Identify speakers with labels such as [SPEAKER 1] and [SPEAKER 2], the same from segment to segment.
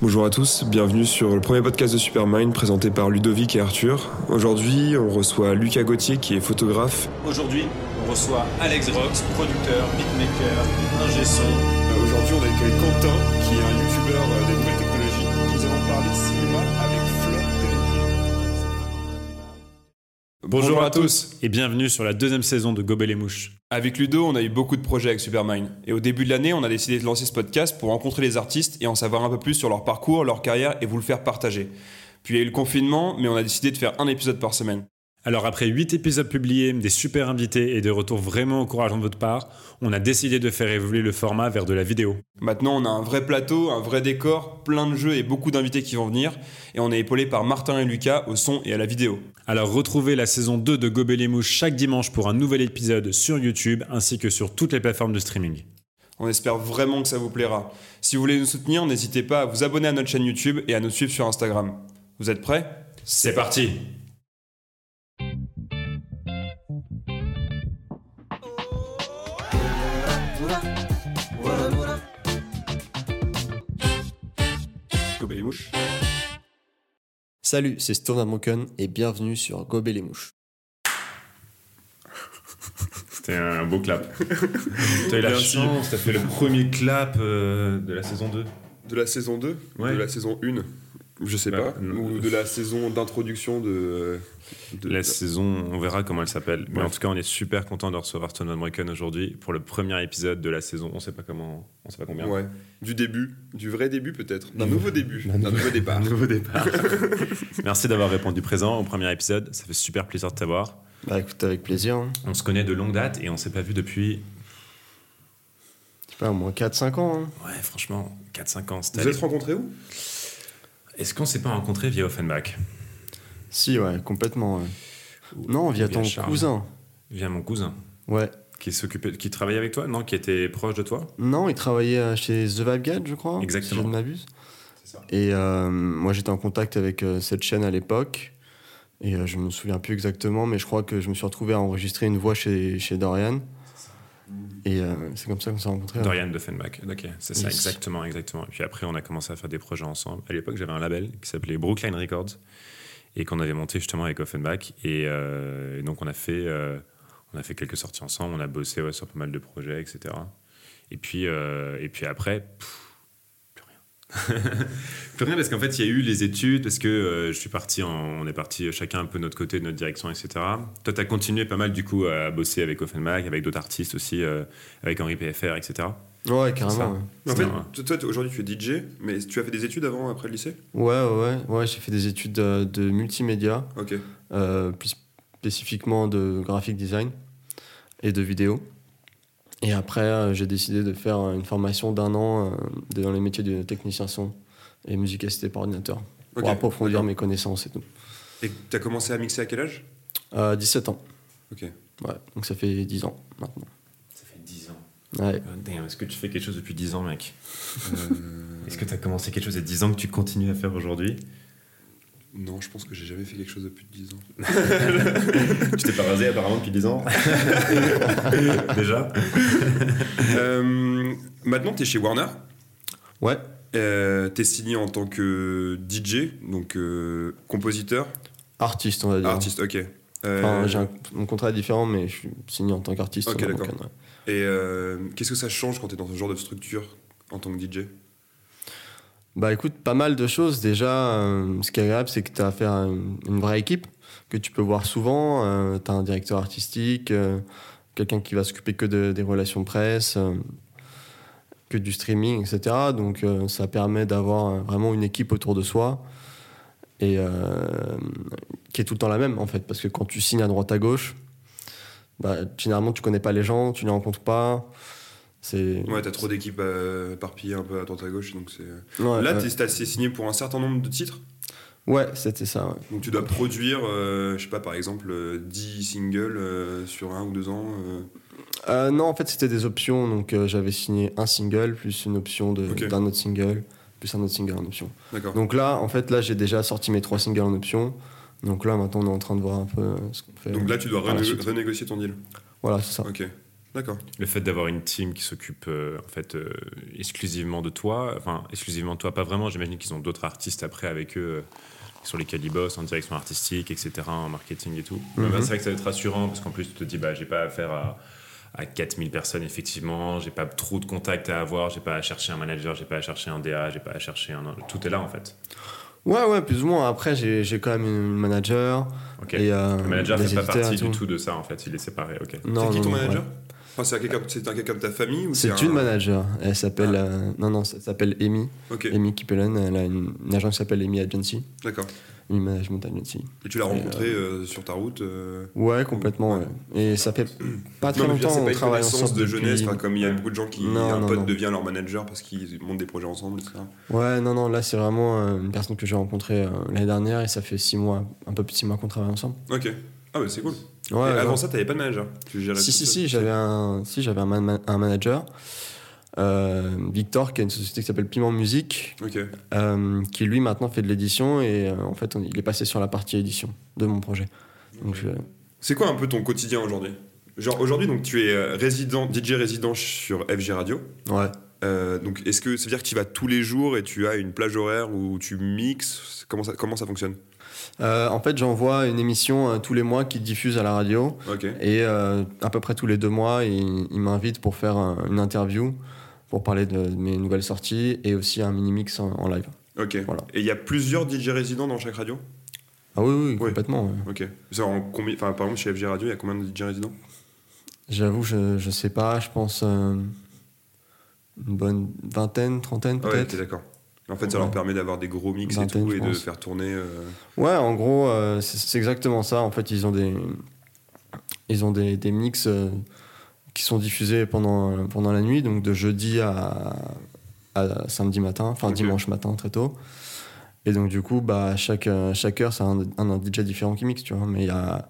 [SPEAKER 1] Bonjour à tous, bienvenue sur le premier podcast de Supermind présenté par Ludovic et Arthur. Aujourd'hui, on reçoit Lucas Gauthier qui est photographe.
[SPEAKER 2] Aujourd'hui, on reçoit Alex Rox, producteur, beatmaker, ingé son.
[SPEAKER 3] Euh, Aujourd'hui, on accueille Quentin qui est un youtubeur euh, des nouvelles technologies. Nous allons parler de cinéma avec Flo
[SPEAKER 4] Bonjour, à tous et bienvenue sur la deuxième saison de Gobelet Mouche.
[SPEAKER 1] Avec Ludo, on a eu beaucoup de projets avec Supermind. Et au début de l'année, on a décidé de lancer ce podcast pour rencontrer les artistes et en savoir un peu plus sur leur parcours, leur carrière et vous le faire partager. Puis il y a eu le confinement, mais on a décidé de faire un épisode par semaine.
[SPEAKER 4] Alors après 8 épisodes publiés, des super invités et des retours vraiment encourageants de votre part, on a décidé de faire évoluer le format vers de la vidéo.
[SPEAKER 1] Maintenant, on a un vrai plateau, un vrai décor, plein de jeux et beaucoup d'invités qui vont venir. Et on est épaulé par Martin et Lucas au son et à la vidéo.
[SPEAKER 4] Alors retrouvez la saison 2 de Gobelet Mouche chaque dimanche pour un nouvel épisode sur YouTube ainsi que sur toutes les plateformes de streaming.
[SPEAKER 1] On espère vraiment que ça vous plaira. Si vous voulez nous soutenir, n'hésitez pas à vous abonner à notre chaîne YouTube et à nous suivre sur Instagram. Vous êtes prêts
[SPEAKER 4] C'est parti
[SPEAKER 1] Gobelet mouche.
[SPEAKER 5] Salut, c'est Stonard Monken et bienvenue sur Gober les mouches.
[SPEAKER 6] C'était un beau clap. T'as eu la
[SPEAKER 1] Merci.
[SPEAKER 6] chance, t'as fait le premier clap euh, de la saison 2.
[SPEAKER 1] De la saison 2
[SPEAKER 6] Ouais.
[SPEAKER 1] De la saison 1 Je sais
[SPEAKER 6] Bah,
[SPEAKER 1] pas.
[SPEAKER 6] non.
[SPEAKER 1] Ou de la saison d'introduction de. euh, de-
[SPEAKER 6] La saison, on verra comment elle s'appelle. Mais
[SPEAKER 1] Ouais.
[SPEAKER 6] en tout cas, on est super content de recevoir Stone Morricone aujourd'hui pour le premier épisode de la saison. On sait pas comment, on sait pas combien.
[SPEAKER 1] Ouais. Du début. Du vrai début, peut-être. D'un nouveau début. D'un nouveau départ.
[SPEAKER 6] Mmh. Nouveau départ. Merci d'avoir répondu présent au premier épisode. Ça fait super plaisir de t'avoir.
[SPEAKER 5] Bah écoute, avec plaisir. hein.
[SPEAKER 6] On se connaît de longue date et on s'est pas vu depuis.
[SPEAKER 5] Je sais pas, au moins 4-5 ans. hein.
[SPEAKER 6] Ouais, franchement, 4-5 ans. c'était
[SPEAKER 1] Vous
[SPEAKER 6] allé-
[SPEAKER 1] êtes rencontrés où
[SPEAKER 6] Est-ce qu'on s'est pas rencontrés via Offenbach
[SPEAKER 5] Si, ouais, complètement. ouais. Non, via ton
[SPEAKER 6] Charles.
[SPEAKER 5] cousin.
[SPEAKER 6] Via mon cousin
[SPEAKER 5] Ouais.
[SPEAKER 6] qui s'occupait, qui travaillait avec toi, non, qui était proche de toi.
[SPEAKER 5] Non, il travaillait euh, chez The Vibe Guide, je crois.
[SPEAKER 6] Exactement.
[SPEAKER 5] Si je ne m'abuse.
[SPEAKER 6] C'est ça.
[SPEAKER 5] Et euh, moi, j'étais en contact avec euh, cette chaîne à l'époque. Et euh, je me souviens plus exactement, mais je crois que je me suis retrouvé à enregistrer une voix chez, chez Dorian. Et euh, c'est comme ça qu'on s'est rencontrés.
[SPEAKER 6] Dorian de Fenbach. Ok, c'est ça,
[SPEAKER 5] Yes.
[SPEAKER 6] exactement, exactement. Et puis après, on a commencé à faire des projets ensemble. À l'époque, j'avais un label qui s'appelait Brookline Records et qu'on avait monté justement avec Offenbach. Et, euh, et donc, on a fait, euh, on a fait quelques sorties ensemble. On a bossé ouais, sur pas mal de projets, etc. Et puis, euh, et puis après, pff, plus rien. plus rien parce qu'en fait, il y a eu les études parce que euh, je suis parti, en- on est parti chacun un peu de notre côté, de notre direction, etc. Toi, t'as continué pas mal du coup à bosser avec Offenbach, avec d'autres artistes aussi, euh, avec Henri PFR, etc.
[SPEAKER 5] Ouais,
[SPEAKER 6] C'est ça.
[SPEAKER 5] carrément. ouais.
[SPEAKER 1] En
[SPEAKER 6] C'est
[SPEAKER 1] fait,
[SPEAKER 6] vrai.
[SPEAKER 1] toi, toi, aujourd'hui, tu es DJ, mais tu as fait des études avant, après le lycée
[SPEAKER 5] Ouais, ouais, ouais. J'ai fait des études euh, de multimédia.
[SPEAKER 1] Ok.
[SPEAKER 5] euh, plus spécifiquement de graphic design et de vidéo. Et après, euh, j'ai décidé de faire une formation d'un an euh, de- dans les métiers de technicien son et musique assistée par ordinateur
[SPEAKER 1] Ok.
[SPEAKER 5] pour approfondir mes connaissances et tout.
[SPEAKER 1] Et t'as commencé à mixer à quel âge
[SPEAKER 5] Euh, 17 ans.
[SPEAKER 1] Ok.
[SPEAKER 5] Ouais, donc ça fait 10 ans maintenant.
[SPEAKER 6] Ça fait 10 ans.
[SPEAKER 5] Ouais.
[SPEAKER 6] est-ce que tu fais quelque chose depuis 10 ans, mec
[SPEAKER 1] Euh,
[SPEAKER 6] Est-ce que tu as commencé quelque chose il y a 10 ans que tu continues à faire aujourd'hui
[SPEAKER 1] Non, je pense que j'ai jamais fait quelque chose depuis 10 ans.
[SPEAKER 6] Tu t'es pas rasé apparemment depuis 10 ans Déjà
[SPEAKER 1] Euh, maintenant, t'es chez Warner.
[SPEAKER 5] Ouais,
[SPEAKER 1] Euh, t'es signé en tant que DJ, donc euh, compositeur,
[SPEAKER 5] artiste, on va dire.
[SPEAKER 1] artiste, ok. Euh,
[SPEAKER 5] Enfin, j'ai un, mon contrat est différent, mais je suis signé en tant qu'artiste.
[SPEAKER 1] Ok,
[SPEAKER 5] dans mon
[SPEAKER 1] d'accord.
[SPEAKER 5] cadre, ouais.
[SPEAKER 1] Et euh, qu'est-ce que ça change quand t'es dans ce genre de structure en tant que DJ
[SPEAKER 5] Bah écoute, pas mal de choses. Déjà, euh, ce qui est agréable, c'est que tu as affaire à une, une vraie équipe que tu peux voir souvent. tu as un directeur artistique, euh, quelqu'un qui va s'occuper que de- des relations presse, euh, que du streaming, etc. Donc euh, ça permet d'avoir euh, vraiment une équipe autour de soi et euh, qui est tout le temps la même en fait. Parce que quand tu signes à droite à gauche, bah, généralement tu connais pas les gens, tu les rencontres pas. C'est...
[SPEAKER 1] Ouais, t'as trop d'équipes euh, éparpillées un peu à droite à gauche, donc c'est. euh.
[SPEAKER 5] Ouais,
[SPEAKER 1] Là,
[SPEAKER 5] ouais.
[SPEAKER 1] t'es, t'as- c'est signé pour un certain nombre de titres,
[SPEAKER 5] ouais, c'était ça. ouais.
[SPEAKER 1] donc tu dois produire, euh, je sais pas, par exemple, euh, 10 singles euh, sur un ou deux ans. euh.
[SPEAKER 5] Euh, non, en fait, c'était des options. Donc, euh, j'avais signé un single, plus une option de-
[SPEAKER 1] Ok.
[SPEAKER 5] d'un autre single, plus un autre single en option.
[SPEAKER 1] D'accord. Donc,
[SPEAKER 5] Donc là, en fait, là, j'ai déjà sorti mes trois singles en option. Donc là, maintenant, on est en train de voir un peu euh, ce qu'on fait.
[SPEAKER 1] là, tu dois
[SPEAKER 5] Par la
[SPEAKER 1] rené-
[SPEAKER 5] suite.
[SPEAKER 1] renégocier ton deal.
[SPEAKER 5] voilà, c'est ça.
[SPEAKER 1] Ok. D'accord.
[SPEAKER 6] Le fait d'avoir une team qui s'occupe euh, en fait euh, exclusivement de toi, enfin exclusivement de toi, pas vraiment. J'imagine qu'ils ont d'autres artistes après avec eux euh, sur lesquels ils bossent en direction artistique, etc., en marketing et tout. Mais
[SPEAKER 5] Mhm.
[SPEAKER 6] bah, c'est vrai que ça va être rassurant parce qu'en plus tu te dis bah j'ai pas affaire à à 4000 personnes effectivement, j'ai pas trop de contacts à avoir, j'ai pas à chercher un manager, j'ai pas à chercher un DA, j'ai pas à chercher un tout est là en fait.
[SPEAKER 5] Ouais, ouais, plus ou moins. Après, j'ai j'ai quand même une manager.
[SPEAKER 6] OK.
[SPEAKER 5] Et, euh,
[SPEAKER 6] le manager
[SPEAKER 5] des
[SPEAKER 6] fait pas
[SPEAKER 5] éditeurs et
[SPEAKER 6] partie
[SPEAKER 5] tout.
[SPEAKER 6] du tout de ça en fait, il est séparé. OK.
[SPEAKER 5] Non,
[SPEAKER 1] c'est qui ton
[SPEAKER 5] non, non,
[SPEAKER 1] manager
[SPEAKER 5] ouais.
[SPEAKER 1] Enfin, c'est un quelqu'un c'est un quelqu'un de ta famille ou
[SPEAKER 5] C'est
[SPEAKER 1] un-
[SPEAKER 5] une manager. Elle s'appelle. euh, non, non, elle s'appelle Amy.
[SPEAKER 1] Ok,
[SPEAKER 5] Amy Kippelen. Elle a une, une agence qui s'appelle Amy Agency.
[SPEAKER 1] d'accord.
[SPEAKER 5] Amy Management Agency.
[SPEAKER 1] Et tu l'as
[SPEAKER 5] Et,
[SPEAKER 1] rencontré euh, sur ta route euh,
[SPEAKER 5] Ouais, complètement. ouais. Et ça fait pas très
[SPEAKER 1] non, mais je veux dire,
[SPEAKER 5] longtemps
[SPEAKER 1] c'est
[SPEAKER 5] on
[SPEAKER 1] pas une
[SPEAKER 5] travaille
[SPEAKER 1] connaissance
[SPEAKER 5] ensemble.
[SPEAKER 1] de
[SPEAKER 5] depuis-
[SPEAKER 1] jeunesse, enfin, comme il y a beaucoup de gens qui.
[SPEAKER 5] Non,
[SPEAKER 1] un
[SPEAKER 5] non,
[SPEAKER 1] pote
[SPEAKER 5] non.
[SPEAKER 1] devient leur manager parce qu'ils montent des projets ensemble, etc.
[SPEAKER 5] Ouais, non, non, là c'est vraiment euh, une personne que j'ai rencontrée euh, l'année dernière et ça fait six mois, un peu plus de six mois qu'on travaille ensemble.
[SPEAKER 1] Ok. Ah, bah c'est cool. Et
[SPEAKER 5] Ouais, ouais.
[SPEAKER 1] avant ça, t'avais pas de manager Tu gérais
[SPEAKER 5] Si,
[SPEAKER 1] tout
[SPEAKER 5] si,
[SPEAKER 1] seul.
[SPEAKER 5] si, j'avais un, si, j'avais un, man- un manager, euh, Victor, qui a une société qui s'appelle Piment Musique,
[SPEAKER 1] Ok.
[SPEAKER 5] euh, qui lui maintenant fait de l'édition et euh, en fait on- il est passé sur la partie édition de mon projet. Donc je-
[SPEAKER 1] C'est quoi un peu ton quotidien aujourd'hui Genre aujourd'hui, donc tu es euh, résident, DJ résident sur FG Radio.
[SPEAKER 5] ouais.
[SPEAKER 1] Euh, donc est-ce que ça veut dire que tu y vas tous les jours et tu as une plage horaire où tu mixes Comment ça, comment ça fonctionne
[SPEAKER 5] Euh, en fait j'envoie une émission euh, tous les mois qui diffuse à la radio
[SPEAKER 1] Ok.
[SPEAKER 5] et euh, à peu près tous les deux mois il, il m'invite pour faire un- une interview pour parler de, de mes nouvelles sorties et aussi un mini mix en, en live.
[SPEAKER 1] Ok.
[SPEAKER 5] Voilà.
[SPEAKER 1] Et il y a plusieurs DJ résidents dans chaque radio
[SPEAKER 5] Ah oui, oui, complètement. ouais.
[SPEAKER 1] Ok. Ça, en combi- enfin, par exemple, chez FG Radio, il y a combien de DJ résidents
[SPEAKER 5] J'avoue, je, je sais pas, je pense euh, une bonne vingtaine, trentaine
[SPEAKER 1] Ah Ouais,
[SPEAKER 5] peut-être.
[SPEAKER 1] t'es d'accord. En fait, ça leur
[SPEAKER 5] Ouais.
[SPEAKER 1] permet d'avoir des gros mix et
[SPEAKER 5] Vingtaine,
[SPEAKER 1] tout
[SPEAKER 5] je
[SPEAKER 1] et de
[SPEAKER 5] pense.
[SPEAKER 1] faire tourner. euh,
[SPEAKER 5] Ouais, en gros, euh, c'est c'est exactement ça. En fait, ils ont des, ils ont des, des mix euh, qui sont diffusés pendant, pendant la nuit, donc de jeudi à, à samedi matin, enfin
[SPEAKER 1] Ok.
[SPEAKER 5] dimanche matin très tôt. Et donc, du coup, bah, chaque, euh, chaque heure, c'est un, un, un DJ différent qui mixe, tu vois. Mais il y a,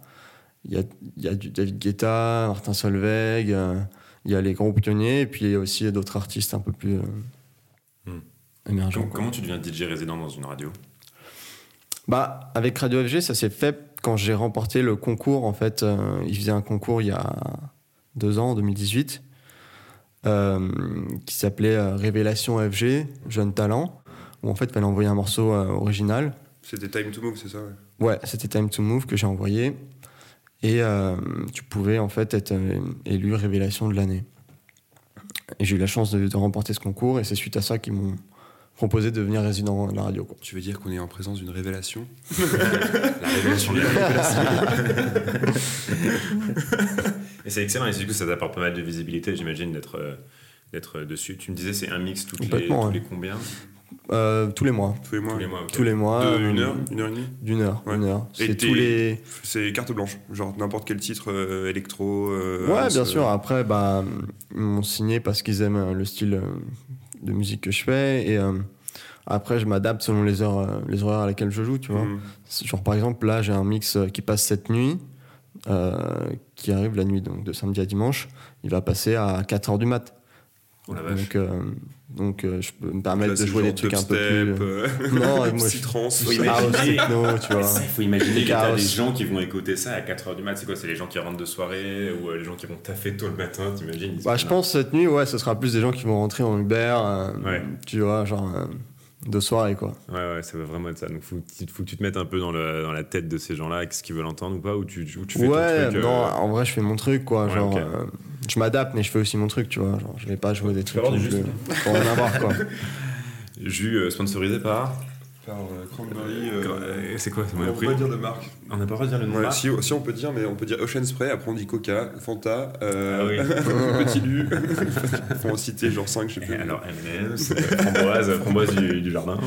[SPEAKER 5] il y, a, il y a du David Guetta, Martin Solveig, euh, il y a les groupes pionniers, et puis il y a aussi d'autres artistes un peu plus euh,
[SPEAKER 6] Hmm.
[SPEAKER 5] émergents.
[SPEAKER 6] Comment,
[SPEAKER 5] quoi.
[SPEAKER 6] comment tu deviens DJ résident dans une radio
[SPEAKER 5] Bah, avec Radio FG, ça s'est fait quand j'ai remporté le concours. En fait, euh, ils faisaient un concours il y a deux ans, en 2018, euh, qui s'appelait euh, Révélation FG, Jeune Talent, où en fait, il fallait envoyer un morceau euh, original.
[SPEAKER 1] C'était Time to Move, c'est ça ouais.
[SPEAKER 5] Ouais, c'était Time to Move que j'ai envoyé. Et euh, tu pouvais en fait être euh, élu révélation de l'année. Et j'ai eu la chance de, de remporter ce concours, et c'est suite à ça qu'ils m'ont proposé de devenir résident de la radio. quoi.
[SPEAKER 1] Tu veux dire qu'on est en présence d'une révélation
[SPEAKER 6] La révélation de la Et c'est excellent, et du coup, ça t'apporte pas mal de visibilité, j'imagine, d'être euh, d'être dessus. Tu me disais, c'est un mix toutes les,
[SPEAKER 5] Complètement,
[SPEAKER 6] tous
[SPEAKER 5] ouais.
[SPEAKER 6] les combien
[SPEAKER 5] Euh, tous les mois.
[SPEAKER 1] Tous les mois Ah,
[SPEAKER 6] Tous les mois, ok.
[SPEAKER 5] Tous les mois.
[SPEAKER 1] De
[SPEAKER 5] euh,
[SPEAKER 1] une heure, une heure et demie
[SPEAKER 5] D'une heure,
[SPEAKER 1] Ouais.
[SPEAKER 5] une heure.
[SPEAKER 1] Et
[SPEAKER 5] C'est
[SPEAKER 1] t'es-
[SPEAKER 5] tous les.
[SPEAKER 1] C'est carte blanche, genre n'importe quel titre euh, électro. euh,
[SPEAKER 5] ouais,
[SPEAKER 1] house,
[SPEAKER 5] bien
[SPEAKER 1] euh,
[SPEAKER 5] sûr. Après, bah, ils m'ont signé parce qu'ils aiment euh, le style euh, de musique que je fais. Et euh, après, je m'adapte selon les heures, euh, les horaires à laquelle je joue, tu vois.
[SPEAKER 1] Mhm.
[SPEAKER 5] C'est- Genre, par exemple, là, j'ai un mix euh, qui passe cette nuit, euh, qui arrive la nuit, donc de samedi à dimanche. Il va passer à 4 heures du mat.
[SPEAKER 6] Oh la vache.
[SPEAKER 5] donc, euh, donc euh, je peux me permettre
[SPEAKER 1] Là,
[SPEAKER 5] de
[SPEAKER 1] c'est
[SPEAKER 5] jouer
[SPEAKER 1] genre
[SPEAKER 5] des trucs un peu
[SPEAKER 1] dubstep,
[SPEAKER 5] plus.
[SPEAKER 1] euh,
[SPEAKER 5] Non, euh, moi, je
[SPEAKER 1] psytrance.
[SPEAKER 5] je suis house, techno, tu vois.
[SPEAKER 6] Il faut imaginer l'état
[SPEAKER 5] Chaos.
[SPEAKER 6] des gens qui vont écouter ça à 4h du mat. C'est quoi C'est les gens qui rentrent de soirée ou euh, les gens qui vont taffer tôt le matin, t'imagines ils se
[SPEAKER 5] Bah, je
[SPEAKER 6] prennent
[SPEAKER 5] pense cette nuit, ouais, ce sera plus des gens qui vont rentrer en Uber, euh,
[SPEAKER 6] Ouais.
[SPEAKER 5] tu vois, genre euh, de soirée, quoi.
[SPEAKER 6] Ouais, ouais, ça va vraiment être ça. Donc, faut, que tu- faut que tu te mettes un peu dans, le- dans la tête de ces gens-là, qu'est-ce qu'ils veulent entendre ou pas, ou tu, ou tu fais
[SPEAKER 5] ouais,
[SPEAKER 6] ton truc.
[SPEAKER 5] non,
[SPEAKER 6] euh,
[SPEAKER 5] en vrai, je fais mon truc, quoi.
[SPEAKER 6] Ouais,
[SPEAKER 5] genre,
[SPEAKER 6] ok.
[SPEAKER 5] euh, je m'adapte, mais je fais aussi mon truc, tu vois. Genre, je vais pas jouer des trucs
[SPEAKER 6] avoir du
[SPEAKER 5] non
[SPEAKER 6] jus,
[SPEAKER 5] plus, pour en avoir, quoi.
[SPEAKER 6] jus euh, sponsorisé par.
[SPEAKER 1] Par euh, Cranberry. euh,
[SPEAKER 6] Euh, c'est quoi
[SPEAKER 1] on
[SPEAKER 6] On a
[SPEAKER 1] peut
[SPEAKER 6] pris-
[SPEAKER 1] pas dire de marque.
[SPEAKER 6] on n'a pas le droit de dire le nom de
[SPEAKER 1] Ouais,
[SPEAKER 6] marque
[SPEAKER 1] si, si on peut dire, mais on peut dire Ocean Spray, après on dit Coca, Fanta,
[SPEAKER 6] Ah oui.
[SPEAKER 1] euh, Petit Lu. Faut en citer genre 5, je sais
[SPEAKER 6] Et
[SPEAKER 1] plus.
[SPEAKER 6] alors M&M's, euh, framboise, framboise du, du jardin.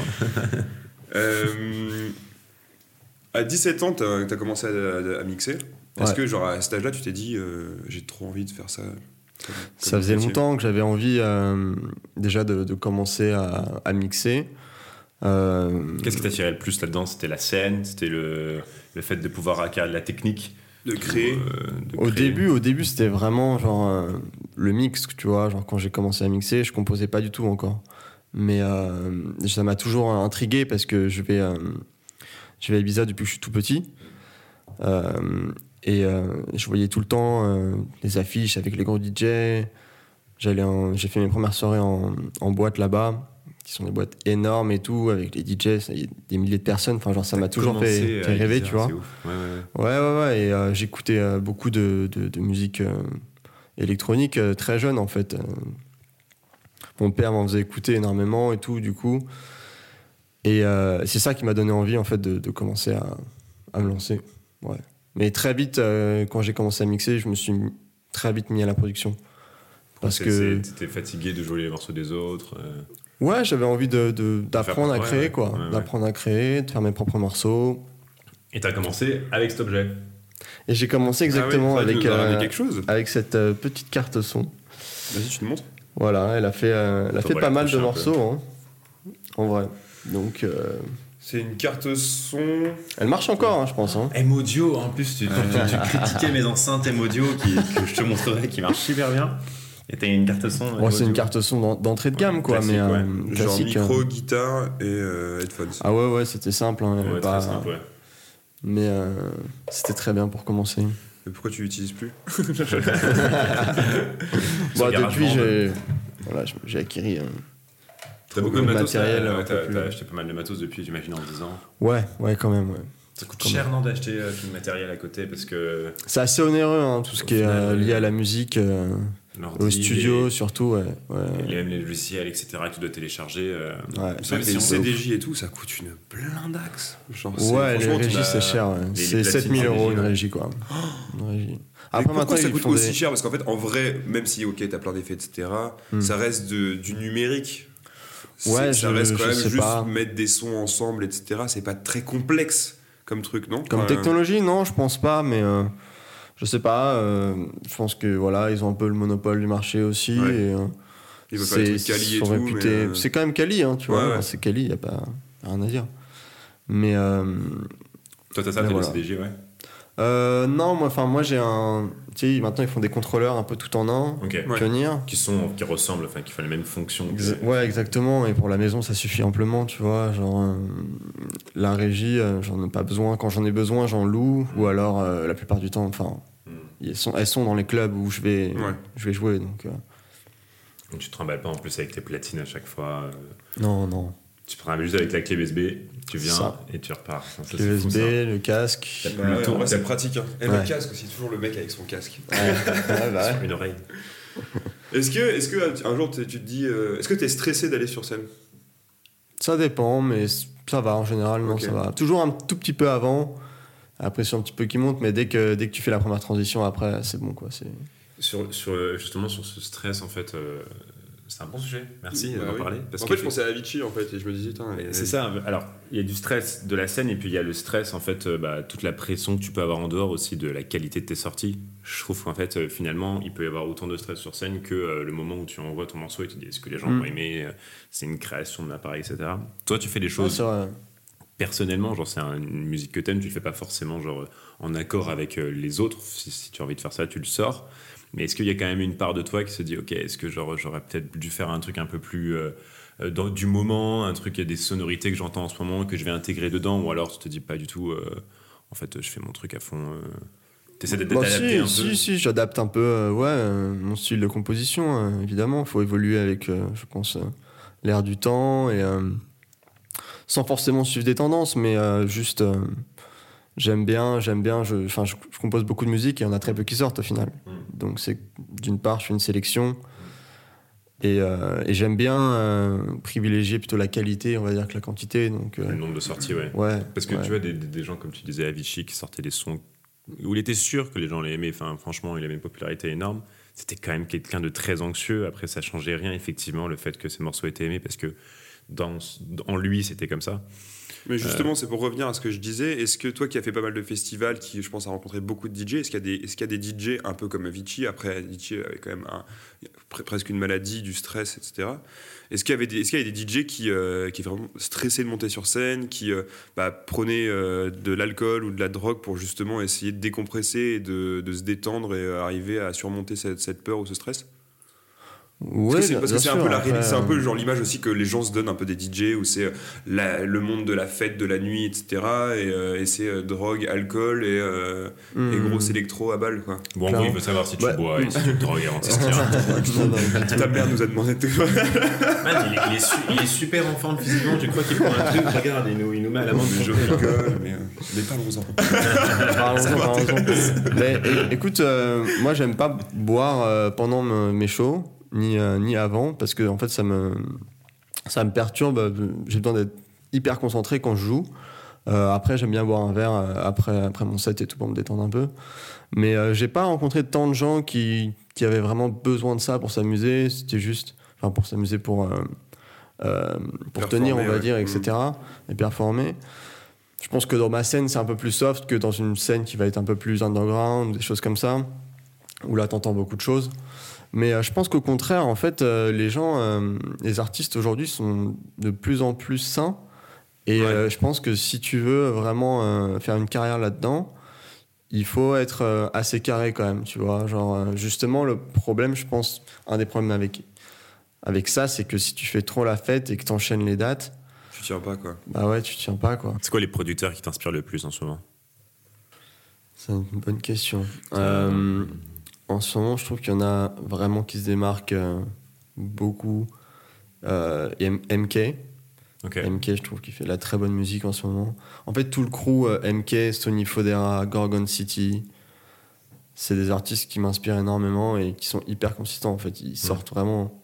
[SPEAKER 1] Euh, à 17 ans, t'as as commencé à, à mixer. Est-ce
[SPEAKER 5] Ouais.
[SPEAKER 1] que, genre, à cet âge-là, tu t'es dit, euh, j'ai trop envie de faire ça comme-
[SPEAKER 5] Ça
[SPEAKER 1] comme
[SPEAKER 5] faisait
[SPEAKER 1] métier
[SPEAKER 5] longtemps que j'avais envie euh, déjà de, de commencer à, à mixer. Euh,
[SPEAKER 6] Qu'est-ce qui t'attirait le plus là-dedans C'était la scène, c'était le, le fait de pouvoir acquérir de la technique.
[SPEAKER 1] De créer.
[SPEAKER 6] euh, de
[SPEAKER 5] Au
[SPEAKER 6] créer.
[SPEAKER 5] début, au début, c'était vraiment genre euh, le mix, tu vois. Genre quand j'ai commencé à mixer, je composais pas du tout encore, mais euh, ça m'a toujours intrigué parce que je vais, euh, je vais à Ibiza depuis que je suis tout petit. Euh, Et euh, je voyais tout le temps euh, des affiches avec les gros DJ. J'allais en- J'ai fait mes premières soirées en, en boîte là-bas, qui sont des boîtes énormes et tout, avec les DJ, ça y est, des milliers de personnes. Enfin, genre, ça m'a toujours fait, fait rêver, tu vois. Ouais, ouais, ouais. Et euh, j'écoutais euh, beaucoup de, de- de musique euh, électronique euh, très jeune, en fait. Euh, mon père m'en faisait écouter énormément et tout, du coup. Et euh, c'est ça qui m'a donné envie, en fait, de, de commencer à, à me lancer. Ouais. Mais très vite, euh, quand j'ai commencé à mixer, je me suis très vite mis à la production. Parce que,
[SPEAKER 6] T'étais fatigué de jouer les morceaux des autres. euh,
[SPEAKER 5] ouais, j'avais envie de- de- d'apprendre à
[SPEAKER 6] ouais,
[SPEAKER 5] créer,
[SPEAKER 6] ouais,
[SPEAKER 5] quoi.
[SPEAKER 6] ouais, ouais.
[SPEAKER 5] D'apprendre à créer, de faire mes propres morceaux.
[SPEAKER 6] Et t'as commencé avec cet objet.
[SPEAKER 5] Et j'ai commencé exactement
[SPEAKER 1] Ah ouais, ça, tu
[SPEAKER 5] avec,
[SPEAKER 1] nous as
[SPEAKER 5] euh,
[SPEAKER 1] ramené quelque chose.
[SPEAKER 5] avec cette euh, petite carte son.
[SPEAKER 1] Vas-y, tu nous montres.
[SPEAKER 5] Voilà, elle a fait, euh, elle a
[SPEAKER 6] Attends,
[SPEAKER 5] fait
[SPEAKER 6] on va
[SPEAKER 5] pas
[SPEAKER 6] la
[SPEAKER 5] mal de
[SPEAKER 6] toucher un
[SPEAKER 5] morceaux, hein, en vrai. Donc, euh,
[SPEAKER 1] C'est une carte son.
[SPEAKER 5] elle marche encore, hein, je pense. hein.
[SPEAKER 7] M-Audio, en plus, tu, tu- tu- tu critiquais mes enceintes M-Audio qui, que je te montrerai qui marchent super bien. Et t'as une carte son.
[SPEAKER 5] Bon, c'est
[SPEAKER 7] M-Audio.
[SPEAKER 5] une carte son d'en- d'entrée de gamme, quoi,
[SPEAKER 7] classique,
[SPEAKER 5] mais euh,
[SPEAKER 7] ouais.
[SPEAKER 1] Genre
[SPEAKER 5] classique.
[SPEAKER 1] micro,
[SPEAKER 5] hein.
[SPEAKER 1] guitare et euh, headphones.
[SPEAKER 5] Ah ouais, ouais, c'était simple. hein, elle
[SPEAKER 6] Ouais,
[SPEAKER 5] avait
[SPEAKER 6] très
[SPEAKER 5] pas-
[SPEAKER 6] simple, ouais.
[SPEAKER 5] Mais euh, c'était très bien pour commencer.
[SPEAKER 1] Et pourquoi tu l'utilises plus
[SPEAKER 6] Sur
[SPEAKER 5] Bon, Bah, depuis,
[SPEAKER 6] GarageBand.
[SPEAKER 5] j'ai voilà, je- j'ai acquis. euh,
[SPEAKER 6] T'as beaucoup
[SPEAKER 5] de
[SPEAKER 6] de matos.
[SPEAKER 5] matériel,
[SPEAKER 6] t'as-
[SPEAKER 5] un peu
[SPEAKER 6] t'as-
[SPEAKER 5] plus.
[SPEAKER 6] T'as acheté pas mal de matos depuis, j'imagine, en 10 ans.
[SPEAKER 5] Ouais, ouais, quand même. ouais.
[SPEAKER 6] Ça coûte
[SPEAKER 5] Comment
[SPEAKER 6] cher, non, d'acheter euh, tout le matériel à côté parce que
[SPEAKER 5] C'est assez onéreux, hein, tout ce
[SPEAKER 6] Au
[SPEAKER 5] qui est
[SPEAKER 6] final,
[SPEAKER 5] euh,
[SPEAKER 6] ouais.
[SPEAKER 5] lié à la musique, euh,
[SPEAKER 6] l'ordi,
[SPEAKER 5] au studio
[SPEAKER 6] les-
[SPEAKER 5] surtout. Ouais, ouais.
[SPEAKER 6] les, même les logiciels, etc., que tu dois télécharger. euh,
[SPEAKER 5] Ouais,
[SPEAKER 6] ça,
[SPEAKER 1] Même
[SPEAKER 6] c'est
[SPEAKER 1] Bah, si
[SPEAKER 6] un
[SPEAKER 1] on
[SPEAKER 6] peu
[SPEAKER 1] CDJ et tout, ça coûte une blindaxe. Genre, c'est-
[SPEAKER 5] Ouais, les
[SPEAKER 1] franchement, tu
[SPEAKER 5] régies,
[SPEAKER 1] l'as-
[SPEAKER 5] c'est cher. ouais.
[SPEAKER 6] les
[SPEAKER 5] C'est
[SPEAKER 6] platines,
[SPEAKER 5] 7000
[SPEAKER 6] c'est
[SPEAKER 5] euros
[SPEAKER 6] des
[SPEAKER 5] une
[SPEAKER 6] gilets.
[SPEAKER 5] régie, quoi. Une régie.
[SPEAKER 1] Oh. Mais
[SPEAKER 5] Après, maintenant,
[SPEAKER 1] pourquoi ça
[SPEAKER 5] ils
[SPEAKER 1] coûte
[SPEAKER 5] font
[SPEAKER 1] aussi
[SPEAKER 5] des...
[SPEAKER 1] cher Parce qu'en fait, en vrai, même si, ok, t'as plein d'effets, etc.,
[SPEAKER 5] Hmm.
[SPEAKER 1] ça reste de- du numérique. C'est- ça
[SPEAKER 5] Ouais, je-
[SPEAKER 1] reste quand
[SPEAKER 5] je
[SPEAKER 1] même
[SPEAKER 5] sais
[SPEAKER 1] juste
[SPEAKER 5] pas.
[SPEAKER 1] mettre des sons ensemble, etc. C'est pas très complexe comme truc, non
[SPEAKER 5] Comme
[SPEAKER 1] Enfin,
[SPEAKER 5] technologie, non, je pense pas, mais euh, je sais pas. euh, je pense que voilà, ils ont un peu le monopole du marché aussi.
[SPEAKER 1] Ouais.
[SPEAKER 5] et, euh,
[SPEAKER 1] Ils veulent faire des
[SPEAKER 5] c'est-
[SPEAKER 1] trucs quali
[SPEAKER 5] ils
[SPEAKER 1] et
[SPEAKER 5] sont
[SPEAKER 1] tout, mais,
[SPEAKER 5] réputés-
[SPEAKER 1] euh,
[SPEAKER 5] C'est quand même quali, hein, tu
[SPEAKER 1] Ouais,
[SPEAKER 5] vois.
[SPEAKER 1] ouais.
[SPEAKER 5] enfin, C'est quali, y a pas rien à dire. Mais euh,
[SPEAKER 6] Toi, t'as ça,
[SPEAKER 5] Mais
[SPEAKER 6] t'as
[SPEAKER 5] voilà.
[SPEAKER 6] le CDJ, ouais.
[SPEAKER 5] euh, non, moi, enfin, moi, j'ai un. Tu sais, maintenant, ils font des contrôleurs un peu tout en un.
[SPEAKER 6] Ok.
[SPEAKER 1] Ouais.
[SPEAKER 5] Pionnier.
[SPEAKER 6] Qui, sont, qui ressemblent, enfin, qui font les mêmes fonctions. que-
[SPEAKER 5] Exa- Ouais, exactement. Et pour la maison, ça suffit amplement, tu vois. Genre, euh, la régie, euh, j'en ai pas besoin. Quand j'en ai besoin, j'en loue. Ou alors, euh, la plupart du temps, enfin,
[SPEAKER 6] Mm.
[SPEAKER 5] elles sont, elles sont dans les clubs où je vais,
[SPEAKER 1] Ouais.
[SPEAKER 5] je vais jouer. Donc, euh,
[SPEAKER 6] Donc, tu te trimbales pas en plus avec tes platines à chaque fois. euh,
[SPEAKER 5] non, non.
[SPEAKER 6] Tu te trimbales juste avec la clé USB, tu viens
[SPEAKER 5] Ça.
[SPEAKER 6] et tu repars. Ça, ça,
[SPEAKER 5] Le
[SPEAKER 6] c'est fou,
[SPEAKER 5] USB,
[SPEAKER 6] ça.
[SPEAKER 5] le casque.
[SPEAKER 6] T'as
[SPEAKER 1] bah
[SPEAKER 6] plus
[SPEAKER 1] ouais,
[SPEAKER 6] le
[SPEAKER 1] en
[SPEAKER 6] temps.
[SPEAKER 1] vrai,
[SPEAKER 6] t'as
[SPEAKER 1] c'est pratique. hein. Et
[SPEAKER 5] Ouais.
[SPEAKER 1] le casque aussi, toujours le mec avec son casque.
[SPEAKER 5] Ouais, bah ouais.
[SPEAKER 6] plus une oreille.
[SPEAKER 1] Est-ce que, est-ce que un jour tu tu te dis, euh, est-ce que t'es stressé d'aller sur scène
[SPEAKER 5] Ça dépend, mais c- ça va en général. Non,
[SPEAKER 1] Ok.
[SPEAKER 5] ça va. Toujours un tout petit peu avant. Après, c'est un petit peu qui monte, mais dès que, dès que tu fais la première transition, après, c'est bon, quoi. C'est...
[SPEAKER 6] Sur, sur, euh, justement, sur ce stress, en fait, euh, c'est un bon sujet. Merci
[SPEAKER 1] Bah
[SPEAKER 6] d'avoir
[SPEAKER 1] oui.
[SPEAKER 6] parlé. Parce
[SPEAKER 1] En
[SPEAKER 6] que
[SPEAKER 1] fait, je pensais à Avicii en fait, et je me disais, putain, euh,
[SPEAKER 6] Et
[SPEAKER 1] elle-
[SPEAKER 6] C'est ça. Alors, il y a du stress de la scène et puis il y a le stress, en fait, euh, bah, toute la pression que tu peux avoir en dehors aussi de la qualité de tes sorties. Je trouve qu'en fait, euh, finalement, il peut y avoir autant de stress sur scène que euh, le moment où tu envoies ton morceau et tu dis est-ce que les gens
[SPEAKER 5] Mm.
[SPEAKER 6] vont aimer, euh, c'est une création de l'appareil, etc. Toi, tu fais des
[SPEAKER 5] Ouais,
[SPEAKER 6] choses
[SPEAKER 5] c'est vrai.
[SPEAKER 6] personnellement, genre c'est un- une musique que t'aimes, tu le fais pas forcément genre euh, en accord avec euh, les autres. Si, si tu as envie de faire ça, tu le sors. Mais est-ce qu'il y a quand même une part de toi qui se dit, ok, est-ce que genre j'aurais peut-être dû faire un truc un peu plus euh, euh, dans, du moment, un truc il y a des sonorités que j'entends en ce moment que je vais intégrer dedans, ou alors tu te dis pas du tout, euh, en fait je fais mon truc à fond. euh. T'essaies d'être
[SPEAKER 5] Bah,
[SPEAKER 6] d'adapter un
[SPEAKER 5] si,
[SPEAKER 6] peu.
[SPEAKER 5] si, si, j'adapte un peu euh, ouais, euh, mon style de composition, euh, évidemment. Il faut évoluer avec, euh, je pense, euh, l'air du temps et euh, sans forcément suivre des tendances, mais euh, juste euh, j'aime bien, j'aime bien. Je, enfin, je, je compose beaucoup de musique et il y en a très peu qui sortent au final.
[SPEAKER 6] Mm.
[SPEAKER 5] Donc, c'est d'une part, je fais une sélection et, euh, et j'aime bien euh, privilégier plutôt la qualité, on va dire, que la quantité. Donc, euh,
[SPEAKER 6] Le nombre de sorties, ouais.
[SPEAKER 5] ouais.
[SPEAKER 6] Parce que
[SPEAKER 5] ouais.
[SPEAKER 6] tu vois, des, des- des gens comme tu disais, Avicii, qui sortaient des sons où il était sûr que les gens l'aimaient. Enfin, franchement, il avait une popularité énorme. C'était quand même quelqu'un de très anxieux. Après, ça changeait rien, effectivement, le fait que ses morceaux étaient aimés, parce que dans, en lui, c'était comme ça.
[SPEAKER 1] Mais
[SPEAKER 6] Euh.
[SPEAKER 1] justement, c'est pour revenir à ce que je disais. Est-ce que toi qui as fait pas mal de festivals, qui je pense a rencontré beaucoup de DJ, est-ce qu'il y, a des- est-ce qu'il y a des DJ un peu comme Avicii Après, Avicii avait quand même un- pre- presque une maladie, du stress, etc. Est-ce qu'il y, avait des- est-ce qu'il y a des DJ qui, euh, qui vraiment stressaient de monter sur scène, qui euh, bah, prenaient euh, de l'alcool ou de la drogue pour justement essayer de décompresser et de, de se détendre et euh, arriver à surmonter cette, cette peur ou ce stress
[SPEAKER 5] Ouais,
[SPEAKER 1] Parce que c'est- parce que
[SPEAKER 5] bien
[SPEAKER 1] c'est un
[SPEAKER 5] sûr,
[SPEAKER 1] peu la
[SPEAKER 5] après,
[SPEAKER 1] réalité, c'est un peu
[SPEAKER 5] euh,
[SPEAKER 1] genre l'image aussi que les gens se donnent un peu des DJ où c'est euh, la- le monde de la fête, de la nuit, etc. Et, euh, et c'est euh, drogue, alcool et, euh, et
[SPEAKER 5] hmm.
[SPEAKER 1] grosse électro à balles quoi.
[SPEAKER 6] Bon, en
[SPEAKER 5] Clairement.
[SPEAKER 6] gros, il veut savoir si tu
[SPEAKER 5] Ouais.
[SPEAKER 6] bois et si tu te drogues avant de sortir.
[SPEAKER 5] Non, non, mais-
[SPEAKER 1] Ta mère nous a demandé tout.
[SPEAKER 7] Man, il, est, il est su- il est super en forme physiquement, je crois qu'il prend un truc, regarde, il nous, il nous met à l'amende du jeu.
[SPEAKER 1] Rigole, mais, euh, mais parlons-en.
[SPEAKER 5] Parlons-en, parlons-en. Mais é- écoute, euh, moi j'aime pas boire euh, pendant me- mes shows, ni, euh, ni avant, parce que en fait ça me, ça me perturbe. euh, J'ai besoin d'être hyper concentré quand je joue. Euh, après, j'aime bien boire un verre euh, après, après mon set et tout pour me détendre un peu. Mais euh, j'ai pas rencontré tant de gens qui, qui avaient vraiment besoin de ça pour s'amuser. C'était juste, enfin pour s'amuser, pour, euh, euh, pour
[SPEAKER 1] Performer,
[SPEAKER 5] tenir, on va
[SPEAKER 1] ouais. Mm.
[SPEAKER 5] dire, etc. Et performer. Je pense que dans ma scène, c'est un peu plus soft que dans une scène qui va être un peu plus underground, des choses comme ça, où là, t'entends beaucoup de choses. Mais euh, je pense qu'au contraire, en fait, euh, les gens, euh, les artistes aujourd'hui sont de plus en plus sains. Et
[SPEAKER 1] Ouais.
[SPEAKER 5] euh, je pense que si tu veux vraiment euh, faire une carrière là-dedans, il faut être euh, assez carré quand même, tu vois. Genre, euh, justement, le problème, je pense, un des problèmes avec, avec ça, c'est que si tu fais trop la fête et que t'enchaînes les dates,
[SPEAKER 1] Tu tiens pas quoi.
[SPEAKER 5] bah ouais, tu tiens pas, quoi.
[SPEAKER 6] C'est quoi les producteurs qui t'inspirent le plus en ce moment
[SPEAKER 5] C'est une bonne question. Euh, en ce moment, je trouve qu'il y en a vraiment qui se démarquent euh, beaucoup. Euh, il y a MK,
[SPEAKER 6] Ok.
[SPEAKER 5] MK, je trouve qu'il fait de la très bonne musique en ce moment. En fait, tout le crew, euh, MK, Sony Fodera, Gorgon City, c'est des artistes qui m'inspirent énormément et qui sont hyper consistants. En fait, ils sortent vraiment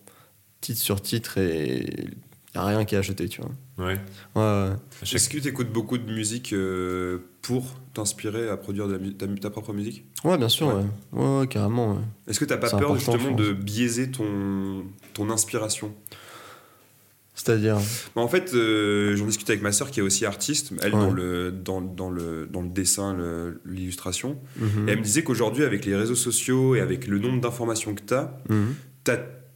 [SPEAKER 5] titre sur titre et il n'y a rien qui est acheté, tu vois.
[SPEAKER 6] Ouais.
[SPEAKER 5] Ouais, ouais.
[SPEAKER 6] Chaque-
[SPEAKER 1] Est-ce que tu écoutes beaucoup de musique euh, pour t'inspirer à produire de la mu- ta, mu- ta propre musique
[SPEAKER 5] Ouais, bien sûr, ouais. Ouais, ouais, carrément, ouais.
[SPEAKER 1] Est-ce que t'as pas
[SPEAKER 5] C'est
[SPEAKER 1] peur
[SPEAKER 5] important,
[SPEAKER 1] justement
[SPEAKER 5] je pense.
[SPEAKER 1] de biaiser ton, ton inspiration
[SPEAKER 5] C'est-à-dire.
[SPEAKER 1] Bah, en fait, euh, j'en discutais avec ma sœur qui est aussi artiste, elle
[SPEAKER 5] Ouais.
[SPEAKER 1] dans, le, dans, dans le, dans le dessin, le- l'illustration.
[SPEAKER 5] mhm,
[SPEAKER 1] Et elle me disait qu'aujourd'hui, avec les réseaux sociaux et avec le nombre d'informations que tu as,
[SPEAKER 5] mhm.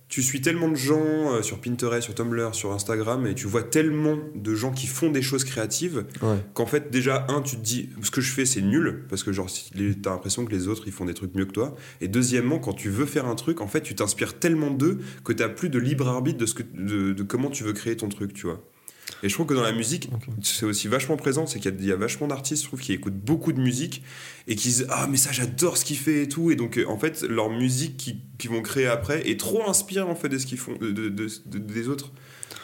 [SPEAKER 1] tu suis tellement de gens euh, sur Pinterest, sur Tumblr, sur Instagram, et tu vois tellement de gens qui font des choses créatives,
[SPEAKER 5] Ouais.
[SPEAKER 1] qu'en fait, déjà, un, tu te dis, ce que je fais, c'est nul, parce que genre, si- les- t'as l'impression que les autres, ils font des trucs mieux que toi. Et deuxièmement, quand tu veux faire un truc, en fait, tu t'inspires tellement d'eux que t'as plus de libre arbitre de, ce que, de, de comment tu veux créer ton truc, tu vois. Et je trouve que dans la musique,
[SPEAKER 5] Ok.
[SPEAKER 1] c'est aussi vachement présent, c'est qu'il y a- il y, a vachement d'artistes, je trouve, qui écoutent beaucoup de musique et qui disent Ah, mais ça, j'adore ce qu'il fait et tout. Et donc, euh, en fait, leur musique qui- qu'ils vont créer après est trop inspirée, en fait, de ce qu'ils font, de, de- de- de- des autres.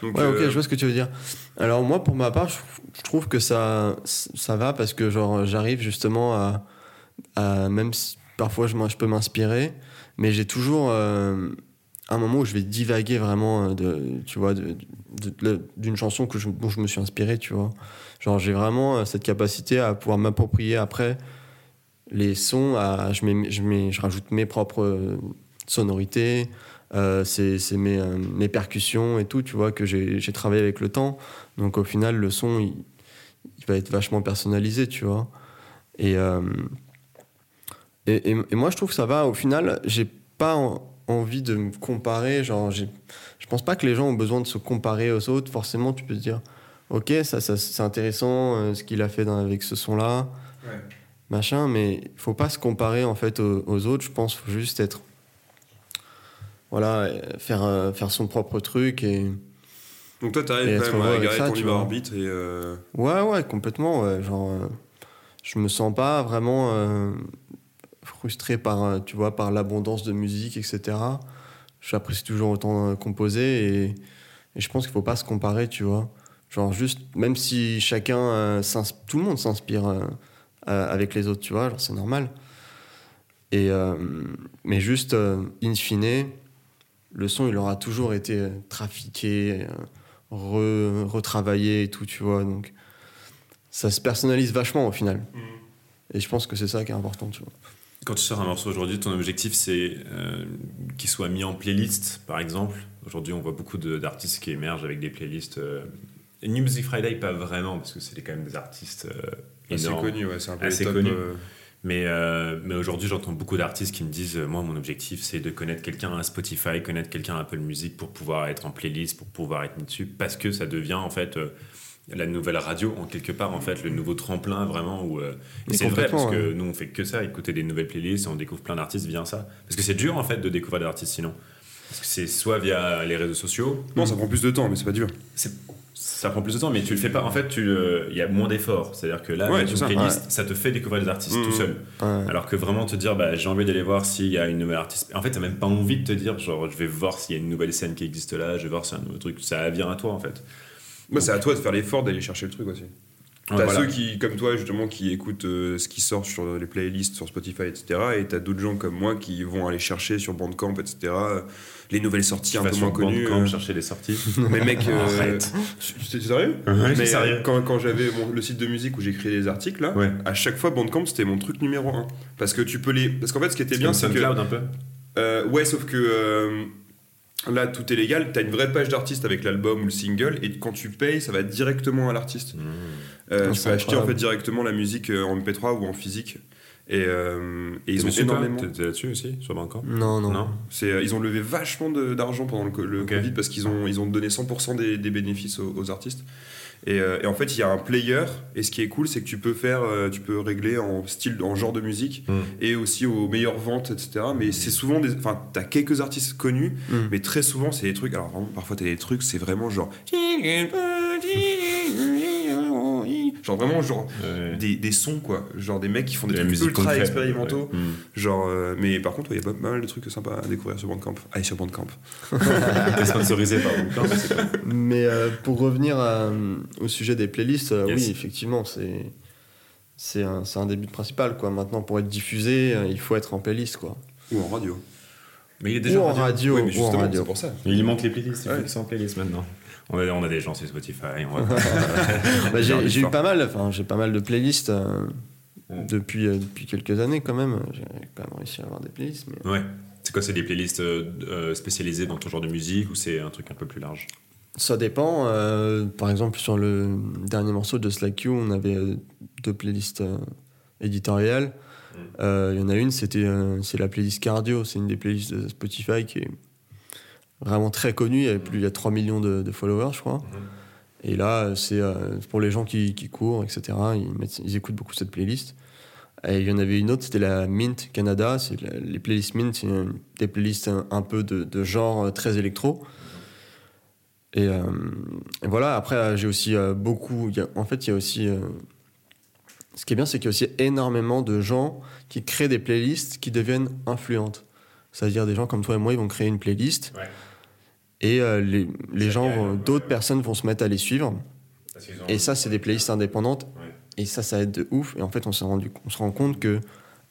[SPEAKER 1] Donc,
[SPEAKER 5] Ouais, ok,
[SPEAKER 1] euh,
[SPEAKER 5] je vois ce que tu veux dire. Alors moi, pour ma part, je, je trouve que ça, ça va parce que genre j'arrive justement à, à- même si parfois je, m'en- je peux m'inspirer, mais j'ai toujours euh, un moment où je vais divaguer vraiment euh, de, tu vois, de- de- de- d'une chanson que je, dont je me suis inspiré, tu vois. Genre j'ai vraiment euh, cette capacité à pouvoir m'approprier après les sons, à, je, mets, je, mets- je rajoute mes propres euh, sonorités. Euh, c'est c'est mes, euh, mes percussions et tout, tu vois, que j'ai j'ai travaillé avec le temps. Donc au final, le son, il, il va être vachement personnalisé, tu vois. Et, euh, et, et- et moi, je trouve que ça va. Au final, j'ai pas en- envie de me comparer. Genre, j'ai- je pense pas que les gens ont besoin de se comparer aux autres. Forcément, tu peux te dire, ok, ça, ça c'est intéressant euh, ce qu'il a fait dans- avec ce son-là,
[SPEAKER 1] Ouais.
[SPEAKER 5] machin. Mais faut pas se comparer en fait aux, aux autres. Je pense faut juste être voilà, euh, faire, euh, faire son propre truc. Et...
[SPEAKER 1] Donc toi,
[SPEAKER 5] Et
[SPEAKER 1] t'arrives
[SPEAKER 5] être
[SPEAKER 1] quand même
[SPEAKER 5] heureux
[SPEAKER 1] à
[SPEAKER 5] avec
[SPEAKER 1] garder
[SPEAKER 5] ça,
[SPEAKER 1] ton
[SPEAKER 5] tu
[SPEAKER 1] libre
[SPEAKER 5] vois.
[SPEAKER 1] arbitre et... euh,
[SPEAKER 5] Ouais, ouais, complètement. ouais, Genre, euh, je me sens pas vraiment euh, frustré par, euh, tu vois, par l'abondance de musique, etc. J'apprécie toujours autant euh, composer et, et je pense qu'il faut pas se comparer, tu vois. Genre juste, même si chacun, euh, s'ins- tout le monde s'inspire euh, euh, avec les autres, tu vois, genre c'est normal. Et, euh, mais juste, euh, in fine, le son, il aura toujours été euh, trafiqué, euh, re- retravaillé et tout, tu vois. Donc, ça se personnalise vachement au final.
[SPEAKER 6] Mm.
[SPEAKER 5] Et je pense que c'est ça qui est important, tu vois.
[SPEAKER 6] Quand tu sors un morceau aujourd'hui, ton objectif c'est euh, qu'il soit mis en playlist, par exemple. Aujourd'hui, on voit beaucoup de- d'artistes qui émergent avec des playlists. euh, et New Music Friday, pas vraiment, parce que c'est quand même des artistes euh,
[SPEAKER 1] assez
[SPEAKER 6] énormes.
[SPEAKER 1] connu, ouais, c'est un peu les
[SPEAKER 6] Assez
[SPEAKER 1] top,
[SPEAKER 6] connu.
[SPEAKER 1] euh,
[SPEAKER 6] Mais, euh, mais aujourd'hui, j'entends beaucoup d'artistes qui me disent euh, Moi, mon objectif, c'est de connaître quelqu'un à Spotify, connaître quelqu'un à Apple Music pour pouvoir être en playlist, pour pouvoir être mis dessus, parce que ça devient en fait euh, la nouvelle radio, en quelque part, en fait, le nouveau tremplin vraiment. Où, euh, et
[SPEAKER 5] Mais
[SPEAKER 6] c'est vrai, parce
[SPEAKER 5] complètement,
[SPEAKER 6] que nous, on fait que ça, écouter des nouvelles playlists, et on découvre plein d'artistes via ça. Parce que c'est dur, en fait, de découvrir des artistes sinon. Parce que c'est soit via les réseaux sociaux,
[SPEAKER 1] Non, ça prend plus de temps, mais c'est pas dur.
[SPEAKER 6] c'est- ça prend plus de temps, mais tu le fais pas. En fait, tu, euh, il y a moins d'efforts. C'est-à-dire que là,
[SPEAKER 1] Ouais,
[SPEAKER 6] mettre
[SPEAKER 1] c'est
[SPEAKER 6] une
[SPEAKER 1] ça.
[SPEAKER 6] playlist, ça te fait découvrir des artistes
[SPEAKER 1] Mhm.
[SPEAKER 6] tout seul.
[SPEAKER 5] Ouais.
[SPEAKER 6] Alors que vraiment te dire, bah, j'ai envie d'aller voir s'il y a une nouvelle artiste. En fait, t'as même pas envie de te dire, genre, je vais voir s'il y a une nouvelle scène qui existe là, je vais voir s'il y a un nouveau truc. Ça vient à toi, en fait.
[SPEAKER 1] Bah, c'est à toi de faire l'effort d'aller chercher le truc aussi.
[SPEAKER 6] Ouais,
[SPEAKER 1] t'as
[SPEAKER 6] voilà.
[SPEAKER 1] ceux qui, comme toi, justement, qui écoutent euh, ce qui sort sur les playlists, sur Spotify, etc. Et t'as d'autres gens comme moi qui vont aller chercher sur Bandcamp, etc. euh, Les nouvelles sorties un
[SPEAKER 6] vas
[SPEAKER 1] peu
[SPEAKER 6] sur
[SPEAKER 1] moins connues.
[SPEAKER 6] Bandcamp
[SPEAKER 1] euh.
[SPEAKER 6] chercher des sorties.
[SPEAKER 1] Mais mec, euh,
[SPEAKER 6] Arrête.
[SPEAKER 1] tu- t'es sérieux
[SPEAKER 6] je suis
[SPEAKER 1] Mais
[SPEAKER 6] sérieux.
[SPEAKER 1] euh, quand, quand j'avais mon- le site de musique où j'écrivais des articles, là,
[SPEAKER 6] Ouais.
[SPEAKER 1] à chaque fois Bandcamp c'était mon truc numéro un. Parce que tu peux les. Parce qu'en fait, ce qui était
[SPEAKER 6] C'est
[SPEAKER 1] bien,
[SPEAKER 6] bien
[SPEAKER 1] c'est que.
[SPEAKER 6] SoundCloud un peu.
[SPEAKER 1] Euh, ouais, sauf que euh, là, tout est légal. T'as une vraie page d'artiste avec l'album ou le single, et quand tu payes, ça va directement à l'artiste. Euh,
[SPEAKER 5] Ah,
[SPEAKER 1] tu
[SPEAKER 5] c'est
[SPEAKER 1] peux acheter en
[SPEAKER 5] incroyable.
[SPEAKER 1] fait directement la musique euh, en MP3 ou en physique. Et, euh, et ils ont énormément.
[SPEAKER 6] T'es là-dessus aussi, sur Bandcamp
[SPEAKER 5] Non, non.
[SPEAKER 6] Non.
[SPEAKER 1] C'est, euh, ils ont levé vachement de- d'argent pendant le, co- le
[SPEAKER 6] Ok.
[SPEAKER 1] Covid parce qu'ils ont, ils ont donné 100% des, des bénéfices aux, aux artistes. Et, euh, et en fait, il y a un player. Et ce qui est cool, c'est que tu peux faire, euh, tu peux régler en style, en genre de musique
[SPEAKER 5] Hmm.
[SPEAKER 6] Mm.
[SPEAKER 1] et aussi aux meilleures ventes, etc. Mais c'est souvent des. Enfin, t'as quelques artistes connus,
[SPEAKER 5] Mm.
[SPEAKER 1] mais très souvent, c'est des trucs. Alors, vraiment, parfois, t'as des trucs, c'est vraiment genre. Genre, vraiment, genre.
[SPEAKER 6] Ouais.
[SPEAKER 1] Des, des sons, quoi. Genre, des mecs qui font des
[SPEAKER 6] De la
[SPEAKER 1] trucs
[SPEAKER 6] musique
[SPEAKER 1] ultra
[SPEAKER 6] concrète,
[SPEAKER 1] expérimentaux.
[SPEAKER 6] ouais. Mhm.
[SPEAKER 1] Genre, euh, mais par contre, il y a pas pas mal de trucs sympas à découvrir sur Bandcamp. Allez sur Bandcamp.
[SPEAKER 6] Ah, T'es sponsorisé par Bandcamp, c'est pas-
[SPEAKER 5] Mais euh, pour revenir à, euh, au sujet des playlists, euh,
[SPEAKER 6] Yes.
[SPEAKER 5] oui, effectivement, c'est c'est un, c'est un début principal. Quoi. Maintenant, pour être diffusé, euh, il faut être en playlist. Quoi.
[SPEAKER 1] Ou en radio.
[SPEAKER 6] Mais il est
[SPEAKER 5] Ou
[SPEAKER 6] déjà
[SPEAKER 5] en radio.
[SPEAKER 1] oui, mais
[SPEAKER 5] ou en
[SPEAKER 1] justement,
[SPEAKER 5] radio.
[SPEAKER 1] c'est pour ça.
[SPEAKER 6] Il manque les playlists,
[SPEAKER 1] il faut
[SPEAKER 6] sont en playlist maintenant. On a, on a des gens sur Spotify, on va-
[SPEAKER 5] Bah,
[SPEAKER 1] Genre
[SPEAKER 5] j'ai
[SPEAKER 1] du
[SPEAKER 5] j'ai eu
[SPEAKER 1] sport.
[SPEAKER 5] pas mal, enfin j'ai pas mal de playlists euh,
[SPEAKER 6] Ouais.
[SPEAKER 5] depuis, euh, depuis quelques années quand même. J'ai quand même réussi à avoir des playlists. Mais...
[SPEAKER 6] Ouais. C'est quoi, c'est des playlists euh, euh, spécialisées dans ton genre de musique ou c'est un truc un peu plus large
[SPEAKER 5] Ça dépend. euh, par exemple, sur le dernier morceau de Slack You, on avait euh, deux playlists euh, éditoriales.
[SPEAKER 6] Mm.
[SPEAKER 5] Euh, Il y en a une, c'était euh, c'est la playlist cardio. C'est une des playlists de Spotify qui est vraiment très connue. Il y a, plus, il y a 3 millions de, de followers, je crois.
[SPEAKER 6] Mhm.
[SPEAKER 5] Et là, euh, c'est euh, pour les gens qui, qui courent, etc. Ils, mettent- ils écoutent beaucoup cette playlist. Et il y en avait une autre, c'était la Mint Canada. C'est la- les playlists Mint, c'est euh, des playlists un, un peu de, de genre euh, très électro. Et, euh, et voilà, après, euh, j'ai aussi euh, beaucoup. il y a- en fait, il y a aussi. euh, ce qui est bien, c'est qu'il y a aussi énormément de gens qui créent des playlists qui deviennent influentes. C'est-à-dire des gens comme toi et moi, ils vont créer une playlist.
[SPEAKER 6] Ouais.
[SPEAKER 5] Et euh, les, les gens, vont- d'autres personnes vont se mettre à les suivre. Et ça, c'est des playlists indépendantes.
[SPEAKER 6] Ouais.
[SPEAKER 5] Et ça, ça aide de ouf. Et en fait, on, s'est rendu, on se rend compte que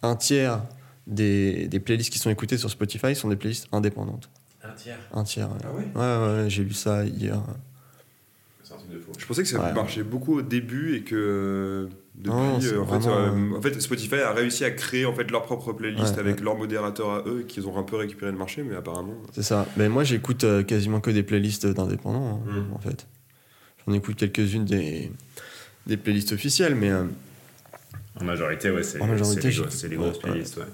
[SPEAKER 5] un tiers des, des playlists qui sont écoutées sur Spotify sont des playlists indépendantes.
[SPEAKER 6] Un tiers,
[SPEAKER 5] Un tiers. euh. ouais.
[SPEAKER 1] Ah ouais
[SPEAKER 5] ouais, ouais, ouais, j'ai lu ça hier.
[SPEAKER 6] c'est un truc de fou.
[SPEAKER 1] Je pensais que ça
[SPEAKER 5] Ouais.
[SPEAKER 1] marchait beaucoup au début et que euh, depuis,
[SPEAKER 5] Non, c'est
[SPEAKER 1] euh, en, fait,
[SPEAKER 5] vraiment,
[SPEAKER 1] euh, en fait, Spotify a réussi à créer en fait leur propre playlist
[SPEAKER 5] Ouais,
[SPEAKER 1] avec leurs modérateurs à eux qu'ils ont un peu récupéré le marché, mais apparemment.
[SPEAKER 5] C'est ça. Mais moi, j'écoute euh, quasiment que des playlists d'indépendants, hein,
[SPEAKER 1] Hmm.
[SPEAKER 6] Mm.
[SPEAKER 5] en fait. J'en écoute quelques-unes des, des playlists officielles, mais euh,
[SPEAKER 6] En majorité, ouais, c'est
[SPEAKER 5] En majorité,
[SPEAKER 6] c'est les,
[SPEAKER 5] je-
[SPEAKER 6] grosses- c'est les grosses
[SPEAKER 5] ouais,
[SPEAKER 6] playlists, ouais.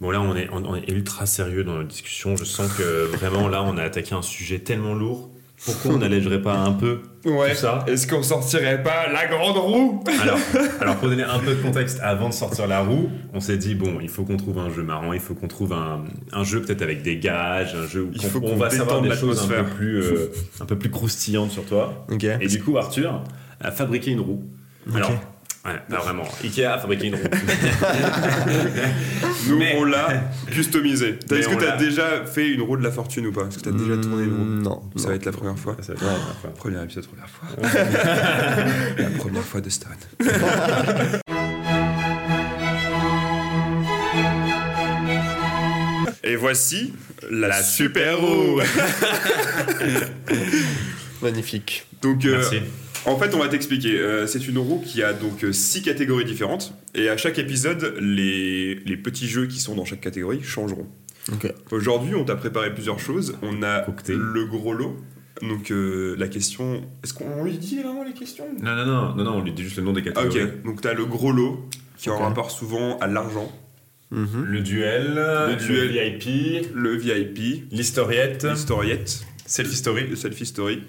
[SPEAKER 6] Bon, là, on est, on, on est ultra sérieux dans la discussion. Je sens que vraiment, là, on a attaqué un sujet tellement lourd. Pourquoi on n'allégerait pas un peu tout ça
[SPEAKER 1] Est-ce qu'on sortirait pas la grande roue
[SPEAKER 6] alors, alors, pour donner un peu de contexte, avant de sortir la roue, on s'est dit bon, il faut qu'on trouve un jeu marrant, il faut qu'on trouve un, un jeu peut-être avec des gages, un jeu où
[SPEAKER 1] Il
[SPEAKER 6] qu'on-
[SPEAKER 1] faut
[SPEAKER 6] on
[SPEAKER 1] qu'on
[SPEAKER 6] va savoir
[SPEAKER 1] détende
[SPEAKER 6] des choses un peu
[SPEAKER 1] l'atmosphère.
[SPEAKER 6] plus, euh, un peu plus croustillantes sur toi.
[SPEAKER 5] ok.
[SPEAKER 6] Et du coup, Arthur a fabriqué une roue. Alors, ouais, pas vraiment. Ikea a fabriqué une roue.
[SPEAKER 1] Nous
[SPEAKER 6] Mais-
[SPEAKER 1] on l'a customisée. T'as-
[SPEAKER 6] Mais
[SPEAKER 1] Est-ce que
[SPEAKER 6] on
[SPEAKER 1] t'as
[SPEAKER 6] l'a-
[SPEAKER 1] déjà fait une roue de la fortune ou pas Est-ce que t'as déjà tourné une roue
[SPEAKER 5] Mm, Non.
[SPEAKER 1] Ça
[SPEAKER 5] non.
[SPEAKER 1] va être la première fois.
[SPEAKER 6] Ça, c'est la première fois.
[SPEAKER 1] Premier épisode, première fois. la première fois de Stan. Et voici la, super roue.
[SPEAKER 5] Magnifique.
[SPEAKER 1] Donc, euh,
[SPEAKER 6] Merci.
[SPEAKER 1] en fait, on va t'expliquer. Euh, c'est une roue qui a donc euh, six catégories différentes, et à chaque épisode, les, les petits jeux qui sont dans chaque catégorie changeront.
[SPEAKER 5] Ok.
[SPEAKER 1] Aujourd'hui, on t'a préparé plusieurs choses. On a
[SPEAKER 6] Cocktail.
[SPEAKER 1] le gros lot. Donc euh, la question, est-ce qu'on lui dit vraiment les questions
[SPEAKER 6] Non, non, non, non, non, on lui dit juste le nom des
[SPEAKER 1] Ah, Ok,
[SPEAKER 6] catégories.
[SPEAKER 1] donc t'as le gros lot qui a
[SPEAKER 5] Ok.
[SPEAKER 1] un rapport souvent à l'argent,
[SPEAKER 5] Mhm.
[SPEAKER 6] Le duel, le
[SPEAKER 1] duel.
[SPEAKER 6] VIP,
[SPEAKER 1] le VIP,
[SPEAKER 6] l'historiette,
[SPEAKER 1] l'historiette,
[SPEAKER 6] self-history.
[SPEAKER 1] le self-history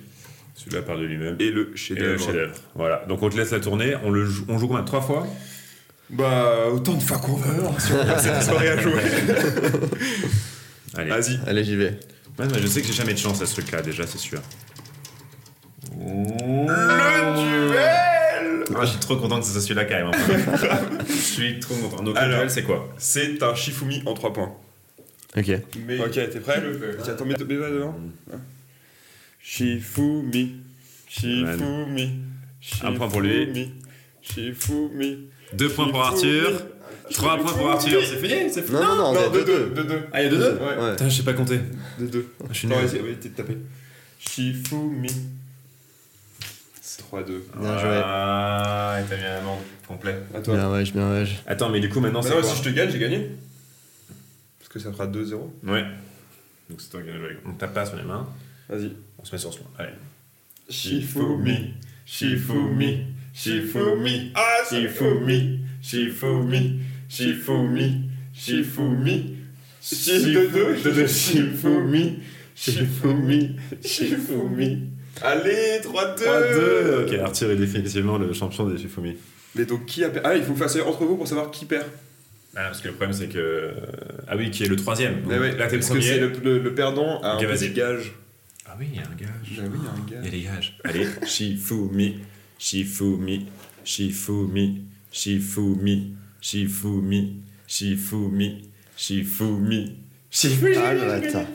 [SPEAKER 6] Celui-là parle de lui-même.
[SPEAKER 1] et le
[SPEAKER 6] Et le
[SPEAKER 1] chef-d'œuvre.
[SPEAKER 6] chef-d'œuvre. Voilà. Donc on te laisse la tournée. On, le joue, on joue combien Trois fois
[SPEAKER 1] Bah, autant de fois qu'on veut, hein, si on passe la soirée à jouer.
[SPEAKER 6] Allez.
[SPEAKER 3] Vas-y.
[SPEAKER 5] Allez, j'y vais.
[SPEAKER 6] Ouais, mais je sais que j'ai jamais de chance à ce truc-là, déjà, c'est sûr.
[SPEAKER 7] Ah, je suis trop content que ce soit celui-là carrément.
[SPEAKER 6] hein.
[SPEAKER 7] je suis trop content. Donc, le
[SPEAKER 1] Alors.
[SPEAKER 7] duel, c'est quoi
[SPEAKER 1] C'est un Shifumi en 3 points.
[SPEAKER 5] Ok.
[SPEAKER 1] Ok, t'es prêt Tiens, Attends, mets mets pas devant. Shifumi. Shifumi.
[SPEAKER 6] Un point pour lui.
[SPEAKER 1] Shifumi, Shifumi.
[SPEAKER 6] Deux points pour Arthur. Trois points pour Arthur. C'est fini C'est fini.
[SPEAKER 5] Non, non, non, on est à
[SPEAKER 1] Non, 2
[SPEAKER 5] deux-deux.
[SPEAKER 1] 2 2
[SPEAKER 7] Ah, il y a deux deux
[SPEAKER 1] Ouais,
[SPEAKER 5] Ouais.
[SPEAKER 6] Putain, je sais pas compter.
[SPEAKER 1] 2 2.
[SPEAKER 6] Je suis
[SPEAKER 1] Non,
[SPEAKER 6] nul.
[SPEAKER 1] vas-y, vas-y, t'es tapé. Shifumi. 3 2.
[SPEAKER 5] Bien joué.
[SPEAKER 7] Ah, et t'as mis un nom complet.
[SPEAKER 1] À toi.
[SPEAKER 5] Bien ouais, bien ouais.
[SPEAKER 6] Attends, mais du coup, maintenant,
[SPEAKER 1] Bah
[SPEAKER 6] c'est
[SPEAKER 1] non,
[SPEAKER 6] quoi
[SPEAKER 1] si je te gagne, j'ai gagné. Parce que ça fera 2 0.
[SPEAKER 6] Ouais. Donc, c'est toi qui as joué. On tape pas sur les mains.
[SPEAKER 1] Vas-y.
[SPEAKER 6] On se met sur ce point. Allez.
[SPEAKER 1] Shifumi, Shifumi, Shifumi, ah, Shifumi, Shifumi, Shifumi, Shifumi, Shifumi, Shifumi, Shifumi, Shifumi. Allez, 3-2
[SPEAKER 6] Euh, Ok, Arthur est définitivement le champion des Shifumi.
[SPEAKER 1] Mais donc qui a perdu Ah, il faut faire entre vous pour savoir qui perd.
[SPEAKER 6] Ah, parce que le problème, c'est que. Ah oui, qui est le troisième.
[SPEAKER 1] Mais ouais,
[SPEAKER 6] là, t'es le
[SPEAKER 1] parce que c'est
[SPEAKER 6] premier.
[SPEAKER 1] le, le- le perdant à
[SPEAKER 6] Ok,
[SPEAKER 1] un
[SPEAKER 6] vas-y.
[SPEAKER 1] petit gage.
[SPEAKER 6] Ah oui, il y a un gage.
[SPEAKER 1] Bah oui, il y a un
[SPEAKER 6] Il y a des gages. Allez, Shifumi, Shifumi, Shifumi, Shifumi, Shifumi, Shifumi, Shifumi, Shifumi.
[SPEAKER 5] Ah, le bâtard.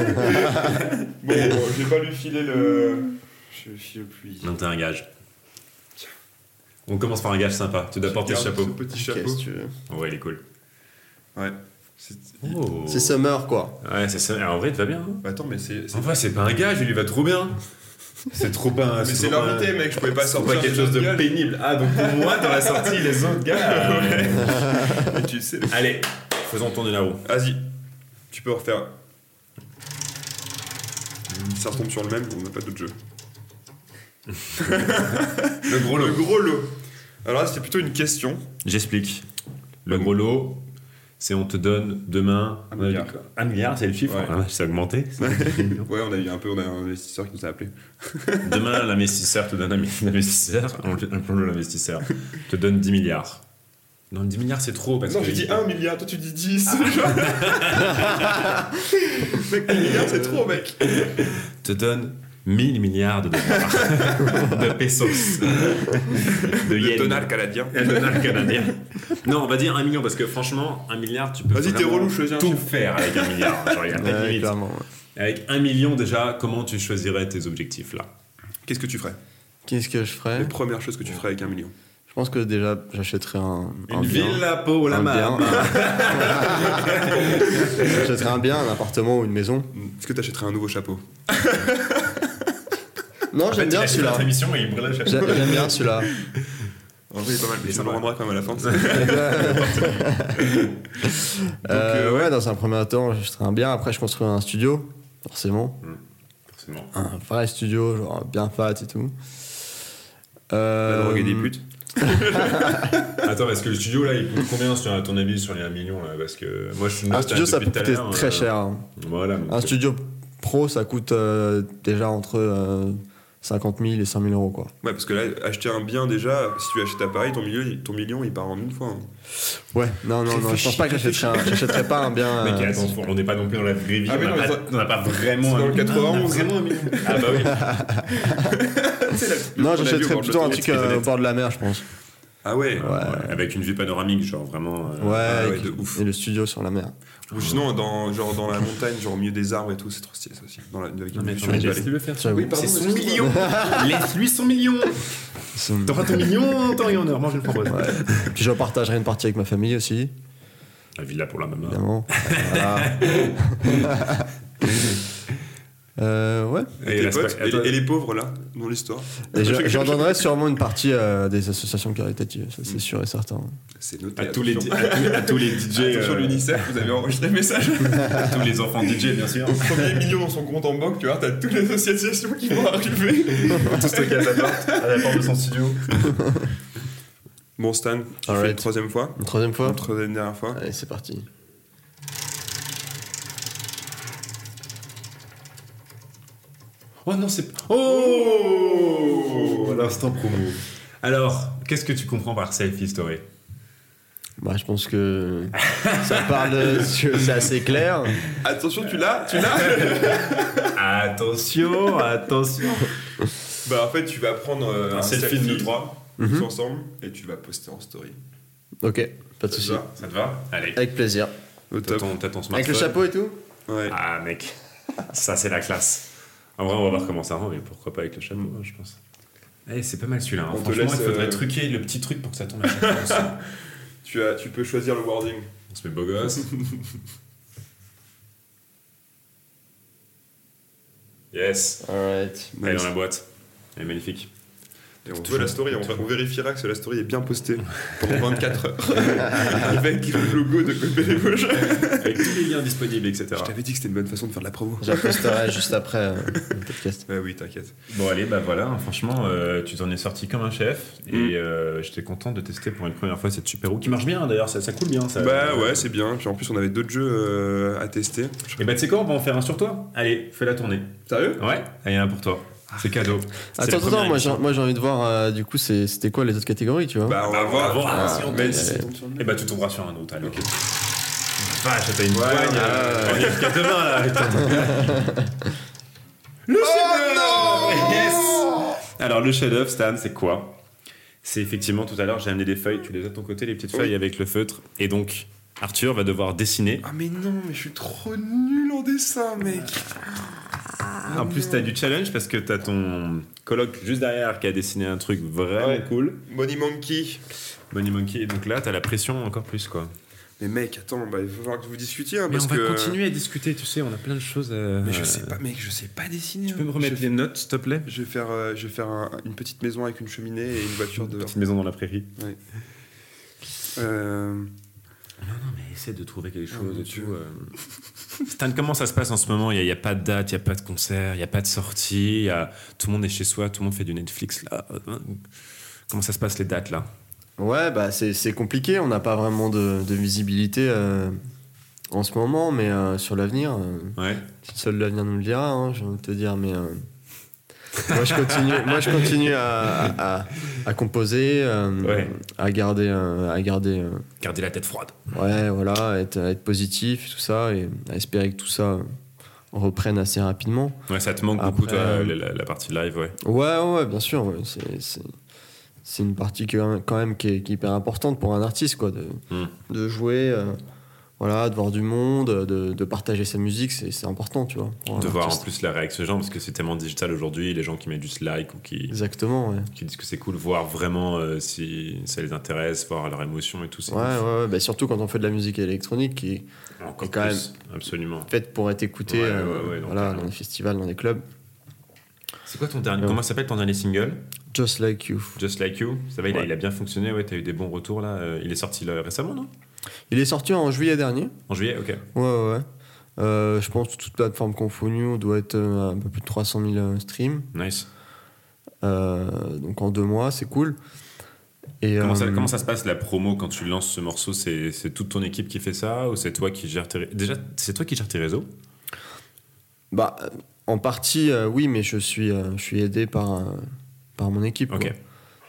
[SPEAKER 1] Bon, bon, je vais pas lui filer le... Je file plus.
[SPEAKER 6] Non, t'as un gage. On commence par un gage sympa. Tu dois porter ce
[SPEAKER 1] Garde
[SPEAKER 6] chapeau.
[SPEAKER 1] ce petit
[SPEAKER 5] Ok,
[SPEAKER 1] chapeau.
[SPEAKER 5] si tu veux.
[SPEAKER 6] Ouais, il est cool.
[SPEAKER 1] Ouais. C'est-
[SPEAKER 6] Oh.
[SPEAKER 5] C'est Summer, quoi.
[SPEAKER 6] Ouais, c'est ça. En vrai, il te va bien. hein.
[SPEAKER 1] Bah Attends, mais c'est. c'est-
[SPEAKER 6] En vrai, c'est pas un gage, il lui va trop bien. C'est trop pas.
[SPEAKER 1] Mais Ah, c'est
[SPEAKER 6] trop
[SPEAKER 1] l'invité, mec, je pouvais pas
[SPEAKER 6] pas
[SPEAKER 1] sortir.
[SPEAKER 6] quelque
[SPEAKER 1] des
[SPEAKER 6] chose de
[SPEAKER 1] autres gars.
[SPEAKER 6] pénible. Ah, donc pour moi, dans la sortie, les autres gars.
[SPEAKER 1] Et Ah, tu sais.
[SPEAKER 6] Allez, faisons tourner la roue.
[SPEAKER 1] Vas-y, tu peux refaire. Ça retombe sur le même, on n'a pas d'autre jeu. le gros lot. Le gros lot. Alors là, c'était plutôt une question.
[SPEAKER 6] J'explique. Le gros lot, c'est on te donne demain.
[SPEAKER 1] Un milliard.
[SPEAKER 6] Un milliard, c'est le chiffre.
[SPEAKER 1] Ouais.
[SPEAKER 6] Ah vache, ça a augmenté.
[SPEAKER 1] Ouais, on a eu un peu, on a un investisseur qui nous a appelé.
[SPEAKER 6] demain, l'investisseur te donne un mi- l'investisseur. Appelons-le l'investisseur. te donne 10 milliards. Non, 10 milliards, c'est trop. Parce
[SPEAKER 1] non,
[SPEAKER 6] que
[SPEAKER 1] j'ai dit 1 milliard, toi tu dis 10. Ah. mec, 1 milliard, c'est trop, mec.
[SPEAKER 6] te donne 1000 milliards de dollars. de pesos. de
[SPEAKER 1] Le
[SPEAKER 6] yens.
[SPEAKER 1] tonal canadien.
[SPEAKER 6] Le dollar canadien. Non, on va dire 1 million parce que franchement, 1 milliard, tu peux
[SPEAKER 1] Vas-y, t'es
[SPEAKER 6] vraiment
[SPEAKER 1] relou, choisis un
[SPEAKER 6] tout
[SPEAKER 1] chiffre.
[SPEAKER 6] faire avec 1 milliard. Genre, il y a pas de
[SPEAKER 5] Ouais,
[SPEAKER 6] limite.
[SPEAKER 5] clairement. ouais.
[SPEAKER 6] Avec 1 million, déjà, comment tu choisirais tes objectifs là
[SPEAKER 1] Qu'est-ce que tu ferais
[SPEAKER 5] Qu'est-ce que je ferais
[SPEAKER 1] Les premières choses que tu ferais avec 1 million.
[SPEAKER 5] Je pense que déjà, j'achèterais un,
[SPEAKER 6] Une
[SPEAKER 5] un bien.
[SPEAKER 6] villa pour la
[SPEAKER 5] un bien.
[SPEAKER 6] main.
[SPEAKER 5] j'achèterais un bien, un appartement ou une maison.
[SPEAKER 1] Est-ce que t'achèterais un nouveau chapeau
[SPEAKER 5] Non, j'aime bien celui-là.
[SPEAKER 6] émission et il brûle
[SPEAKER 5] J'a- J'aime bien celui-là.
[SPEAKER 1] En vrai, il est pas mal, mais ça me rendra quand même à la fin.
[SPEAKER 5] Euh, ouais, dans un premier temps, j'achèterais un bien. Après, je construis un studio, forcément.
[SPEAKER 6] Forcément.
[SPEAKER 5] Un vrai studio, genre bien fat et tout. Euh,
[SPEAKER 1] La drogue et des putes.
[SPEAKER 6] Attends, parce que le studio là, il coûte combien sur- à ton avis sur les 1 million là Parce que moi je suis
[SPEAKER 5] Un
[SPEAKER 6] noté
[SPEAKER 5] studio, ça peut
[SPEAKER 6] depuis tout à
[SPEAKER 5] coûter
[SPEAKER 6] l'heure,
[SPEAKER 5] très
[SPEAKER 6] euh,
[SPEAKER 5] cher. hein.
[SPEAKER 6] Voilà. donc, euh,
[SPEAKER 5] Un studio pro, ça coûte euh, déjà entre euh, 50 000 et 100 000 euros, quoi.
[SPEAKER 1] Ouais, parce que là, acheter un bien déjà, si tu achètes à Paris, ton, milieu, ton million, il part en une fois. hein.
[SPEAKER 5] Ouais, non, non, non, je pense pas que j'achèterais un- j'achèterais pas un bien.
[SPEAKER 6] Mec,
[SPEAKER 5] euh,
[SPEAKER 6] attends, faut- on n'est pas non plus dans la vraie vie.
[SPEAKER 1] Ah, mais
[SPEAKER 6] on n'a
[SPEAKER 1] non, mais
[SPEAKER 6] pas,
[SPEAKER 1] ça-
[SPEAKER 6] on n'a pas vraiment.
[SPEAKER 1] c'est dans
[SPEAKER 6] un-
[SPEAKER 1] le 91.
[SPEAKER 6] Ah, on a vraiment un million. Ah bah oui.
[SPEAKER 5] non,
[SPEAKER 1] On a vu au
[SPEAKER 5] j'achèterais
[SPEAKER 1] bord de
[SPEAKER 5] plutôt un
[SPEAKER 1] l'autoroute,
[SPEAKER 5] truc euh, au bord de la mer, je pense.
[SPEAKER 1] Ah ouais,
[SPEAKER 5] Ouais.
[SPEAKER 6] Euh, Avec une vue panoramique, genre vraiment. euh,
[SPEAKER 5] Ouais,
[SPEAKER 1] ah ouais,
[SPEAKER 5] et-
[SPEAKER 1] de ouf.
[SPEAKER 5] et le studio sur la mer.
[SPEAKER 1] Ou sinon, dans, genre dans la montagne, genre au milieu des arbres et tout, c'est trop stylé ça aussi. Dans la, avec une
[SPEAKER 6] mais
[SPEAKER 1] vue
[SPEAKER 6] attends,
[SPEAKER 1] sur une
[SPEAKER 6] mais
[SPEAKER 1] vallée.
[SPEAKER 6] laisse-le faire.
[SPEAKER 5] J'avoue.
[SPEAKER 6] C'est son million Laisse-lui son million
[SPEAKER 5] C'est-
[SPEAKER 6] T'auras ton million en temps et en heure, moi je le propose.
[SPEAKER 5] Ouais. Puis je partagerai une partie avec ma famille aussi,
[SPEAKER 6] La villa pour la maman.
[SPEAKER 5] évidemment. Voilà. Euh, ouais.
[SPEAKER 1] Et, tes potes, et, les- et les pauvres là, dans l'histoire.
[SPEAKER 5] Et je- J'en donnerai sûrement une partie à des associations caritatives, ça c'est sûr et certain.
[SPEAKER 1] C'est noté.
[SPEAKER 6] à tous les,
[SPEAKER 1] attention.
[SPEAKER 6] à tous, à tous les DJ,
[SPEAKER 1] Attention,
[SPEAKER 6] euh,
[SPEAKER 1] l'UNICEF, vous avez enregistré le message.
[SPEAKER 6] à tous les enfants DJ, bien sûr.
[SPEAKER 1] Premier million dans son compte en banque, tu vois, t'as toutes les associations qui vont arriver.
[SPEAKER 7] Tout stocké à sa porte, à la porte de son studio.
[SPEAKER 1] Bon, Stan, tu fais
[SPEAKER 5] Alright.
[SPEAKER 1] une troisième fois.
[SPEAKER 5] Une troisième fois
[SPEAKER 1] Une troisième dernière fois.
[SPEAKER 5] Allez, c'est parti.
[SPEAKER 6] Oh non, c'est. Oh L'instant promo. Alors, qu'est-ce que tu comprends par selfie story
[SPEAKER 5] Bah, je pense que ça parle, c'est assez clair.
[SPEAKER 8] Attention, tu l'as Tu l'as
[SPEAKER 7] Attention, attention.
[SPEAKER 8] Bah, en fait, tu vas prendre euh,
[SPEAKER 6] Un
[SPEAKER 8] un,
[SPEAKER 6] selfie
[SPEAKER 8] selfie
[SPEAKER 6] de
[SPEAKER 8] de
[SPEAKER 6] nous
[SPEAKER 8] trois,
[SPEAKER 5] Mhm.
[SPEAKER 8] tous ensemble, et tu vas poster en story.
[SPEAKER 5] Ok, pas de
[SPEAKER 8] Ça te
[SPEAKER 5] souci.
[SPEAKER 8] va
[SPEAKER 7] Ça te va Allez.
[SPEAKER 5] Avec plaisir.
[SPEAKER 8] Au
[SPEAKER 6] T'as
[SPEAKER 8] top.
[SPEAKER 6] ton, t'as ton
[SPEAKER 5] Avec
[SPEAKER 6] smartphone.
[SPEAKER 5] le chapeau et tout
[SPEAKER 8] Ouais.
[SPEAKER 6] Ah, mec, ça c'est la classe. En vrai, on va voir comment ça rend, mais pourquoi pas avec le chapeau, hein, je pense. Eh, c'est pas mal celui-là. hein.
[SPEAKER 8] On te
[SPEAKER 6] Franchement,
[SPEAKER 8] laisse,
[SPEAKER 6] il faudrait
[SPEAKER 8] euh,
[SPEAKER 6] truquer le petit truc pour que ça tombe à chaque fois ensemble.
[SPEAKER 8] Tu, as, tu peux choisir le wording.
[SPEAKER 6] On se met beau gosse. yes.
[SPEAKER 5] Alright.
[SPEAKER 6] Elle est dans la boîte. Elle est magnifique.
[SPEAKER 8] Et on voit la story, on, va- on vérifiera que la story est bien postée pendant 24 heures. Avec le logo de Côte des Vosges.
[SPEAKER 6] Avec tous les liens disponibles, etc.
[SPEAKER 8] Je t'avais dit que c'était une bonne façon de faire de la promo.
[SPEAKER 5] J'apposterai juste après euh, le podcast.
[SPEAKER 8] Bah oui, t'inquiète.
[SPEAKER 6] Bon allez, bah voilà, hein, franchement, euh, tu t'en es sorti comme un chef et euh, j'étais content de tester pour une première fois cette super roue qui marche bien hein, d'ailleurs, ça, ça coule bien. Ça,
[SPEAKER 8] Bah ouais, c'est bien. Puis en plus, on avait d'autres jeux euh, à tester.
[SPEAKER 6] Et bah tu sais quoi, on va en faire un sur toi. Allez, fais la tournée. Ah,
[SPEAKER 8] Sérieux
[SPEAKER 6] Ouais, allez un pour toi. C'est cadeau. C'est
[SPEAKER 5] Attends,
[SPEAKER 6] la première
[SPEAKER 5] attends, moi j'ai moi, j'ai envie de voir euh, du coup c'est- c'était quoi les autres catégories, tu vois
[SPEAKER 8] Bah on va
[SPEAKER 6] On va
[SPEAKER 8] voir.
[SPEAKER 6] voir si on
[SPEAKER 8] Mais
[SPEAKER 6] tombe.
[SPEAKER 8] si-
[SPEAKER 6] Et bah tu tomberas sur un autre, allez. Ok. Vache, t'as une
[SPEAKER 8] Ouais,
[SPEAKER 6] poigne.
[SPEAKER 8] ouais,
[SPEAKER 6] euh, On est jusqu'à demain là. putain.
[SPEAKER 8] Le chef
[SPEAKER 6] Yes Alors le chef-d'œuvre, Stan, c'est quoi C'est effectivement tout à l'heure, j'ai amené des feuilles, tu les as de ton côté, les petites feuilles avec le feutre. Et donc, Arthur va devoir dessiner.
[SPEAKER 8] Ah mais non, mais je suis trop nul en dessin, mec. Ah.
[SPEAKER 6] en plus, t'as du challenge parce que t'as ton colloque juste derrière qui a dessiné un truc vraiment
[SPEAKER 8] Ouais.
[SPEAKER 6] cool.
[SPEAKER 8] Money Monkey.
[SPEAKER 6] Money Monkey. Et donc là, t'as la pression encore plus quoi.
[SPEAKER 8] Mais mec, attends, bah, il va falloir que vous discutiez. hein,
[SPEAKER 6] Mais
[SPEAKER 8] parce
[SPEAKER 6] on va
[SPEAKER 8] que...
[SPEAKER 6] continuer à discuter, tu sais, on a plein de choses. à-
[SPEAKER 8] Mais je sais pas, mec, je sais pas dessiner.
[SPEAKER 6] Tu peux
[SPEAKER 8] hein.
[SPEAKER 6] me remettre
[SPEAKER 8] je...
[SPEAKER 6] les notes, s'il te plaît
[SPEAKER 8] je vais faire, euh, je vais faire un- une petite maison avec une cheminée et une voiture dehors.
[SPEAKER 6] Petite maison dans la prairie.
[SPEAKER 8] Euh,
[SPEAKER 6] Mais essaie de trouver quelque
[SPEAKER 8] mon
[SPEAKER 6] chose et
[SPEAKER 8] Dieu.
[SPEAKER 6] tout. euh. Stan, comment ça se passe en ce moment Il n'y a, pas de date, il n'y a pas de concert, il n'y a pas de sortie. il y a- Tout le monde est chez soi, tout le monde fait du Netflix là. Euh, Comment ça se passe les dates là
[SPEAKER 5] Ouais, bah c'est c'est compliqué, on n'a pas vraiment de, de visibilité euh, en ce moment, mais euh, sur l'avenir, euh,
[SPEAKER 6] Ouais.
[SPEAKER 5] seul l'avenir nous le dira, hein, j'ai envie de te dire, mais euh, moi je continue, moi, je continue à, à- à- à composer, euh,
[SPEAKER 6] Ouais.
[SPEAKER 5] à garder, euh, à garder euh,
[SPEAKER 6] Gardez la tête froide.
[SPEAKER 5] Ouais, voilà, être, être positif, tout ça, et à espérer que tout ça euh, reprenne assez rapidement.
[SPEAKER 6] Ouais, ça te manque
[SPEAKER 5] Après,
[SPEAKER 6] beaucoup toi,
[SPEAKER 5] euh,
[SPEAKER 6] la, la- la partie live, ouais.
[SPEAKER 5] Ouais, ouais, bien sûr, ouais, c'est- c'est. C'est une partie que- quand même qui est, qui est hyper importante pour un artiste, quoi, de,
[SPEAKER 6] Mm.
[SPEAKER 5] de jouer, euh, voilà, de voir du monde, de, de partager sa musique, c'est c'est important, tu vois. pour un
[SPEAKER 6] de voir en
[SPEAKER 5] artiste.
[SPEAKER 6] plus la réaction des gens parce que c'est tellement digital aujourd'hui, les gens qui mettent juste like ou qui,
[SPEAKER 5] Exactement, ouais.
[SPEAKER 6] qui disent que c'est cool, voir vraiment euh, si ça les intéresse, voir leur émotion et tout. c'est
[SPEAKER 5] Ouais, ouais, ouais, bah, surtout quand on fait de la musique électronique qui est
[SPEAKER 6] Encore
[SPEAKER 5] Et quand
[SPEAKER 6] plus, absolument.
[SPEAKER 5] faite pour être écoutée
[SPEAKER 6] Ouais, ouais,
[SPEAKER 5] euh,
[SPEAKER 6] ouais, donc,
[SPEAKER 5] voilà,
[SPEAKER 6] euh,
[SPEAKER 5] dans les festivals, dans les clubs.
[SPEAKER 6] C'est quoi ton dernier
[SPEAKER 5] Ouais.
[SPEAKER 6] Comment s'appelle ton dernier single
[SPEAKER 5] Just Like You.
[SPEAKER 6] Just Like You, ça va, il, a,
[SPEAKER 5] Ouais.
[SPEAKER 6] il a bien fonctionné, ouais, t'as eu des bons retours là. euh, il est sorti là, récemment, non
[SPEAKER 5] Il est sorti en juillet dernier.
[SPEAKER 6] En juillet, ok.
[SPEAKER 5] Ouais, ouais. ouais. Euh, je pense que toute plateforme confondue, on doit être euh, à un peu plus de 300 000 euh, streams.
[SPEAKER 6] Nice.
[SPEAKER 5] Euh, donc en deux mois, c'est cool. Et,
[SPEAKER 6] Comment, ça,
[SPEAKER 5] euh,
[SPEAKER 6] comment ça se passe la promo quand tu lances ce morceau C'est c'est toute ton équipe qui fait ça ou c'est toi qui gères tes ré- déjà c'est toi qui gères tes réseaux
[SPEAKER 5] bah, euh, En partie, euh, oui, mais je suis, euh, je suis aidé par, euh, par mon équipe.
[SPEAKER 6] Ok.
[SPEAKER 5] quoi.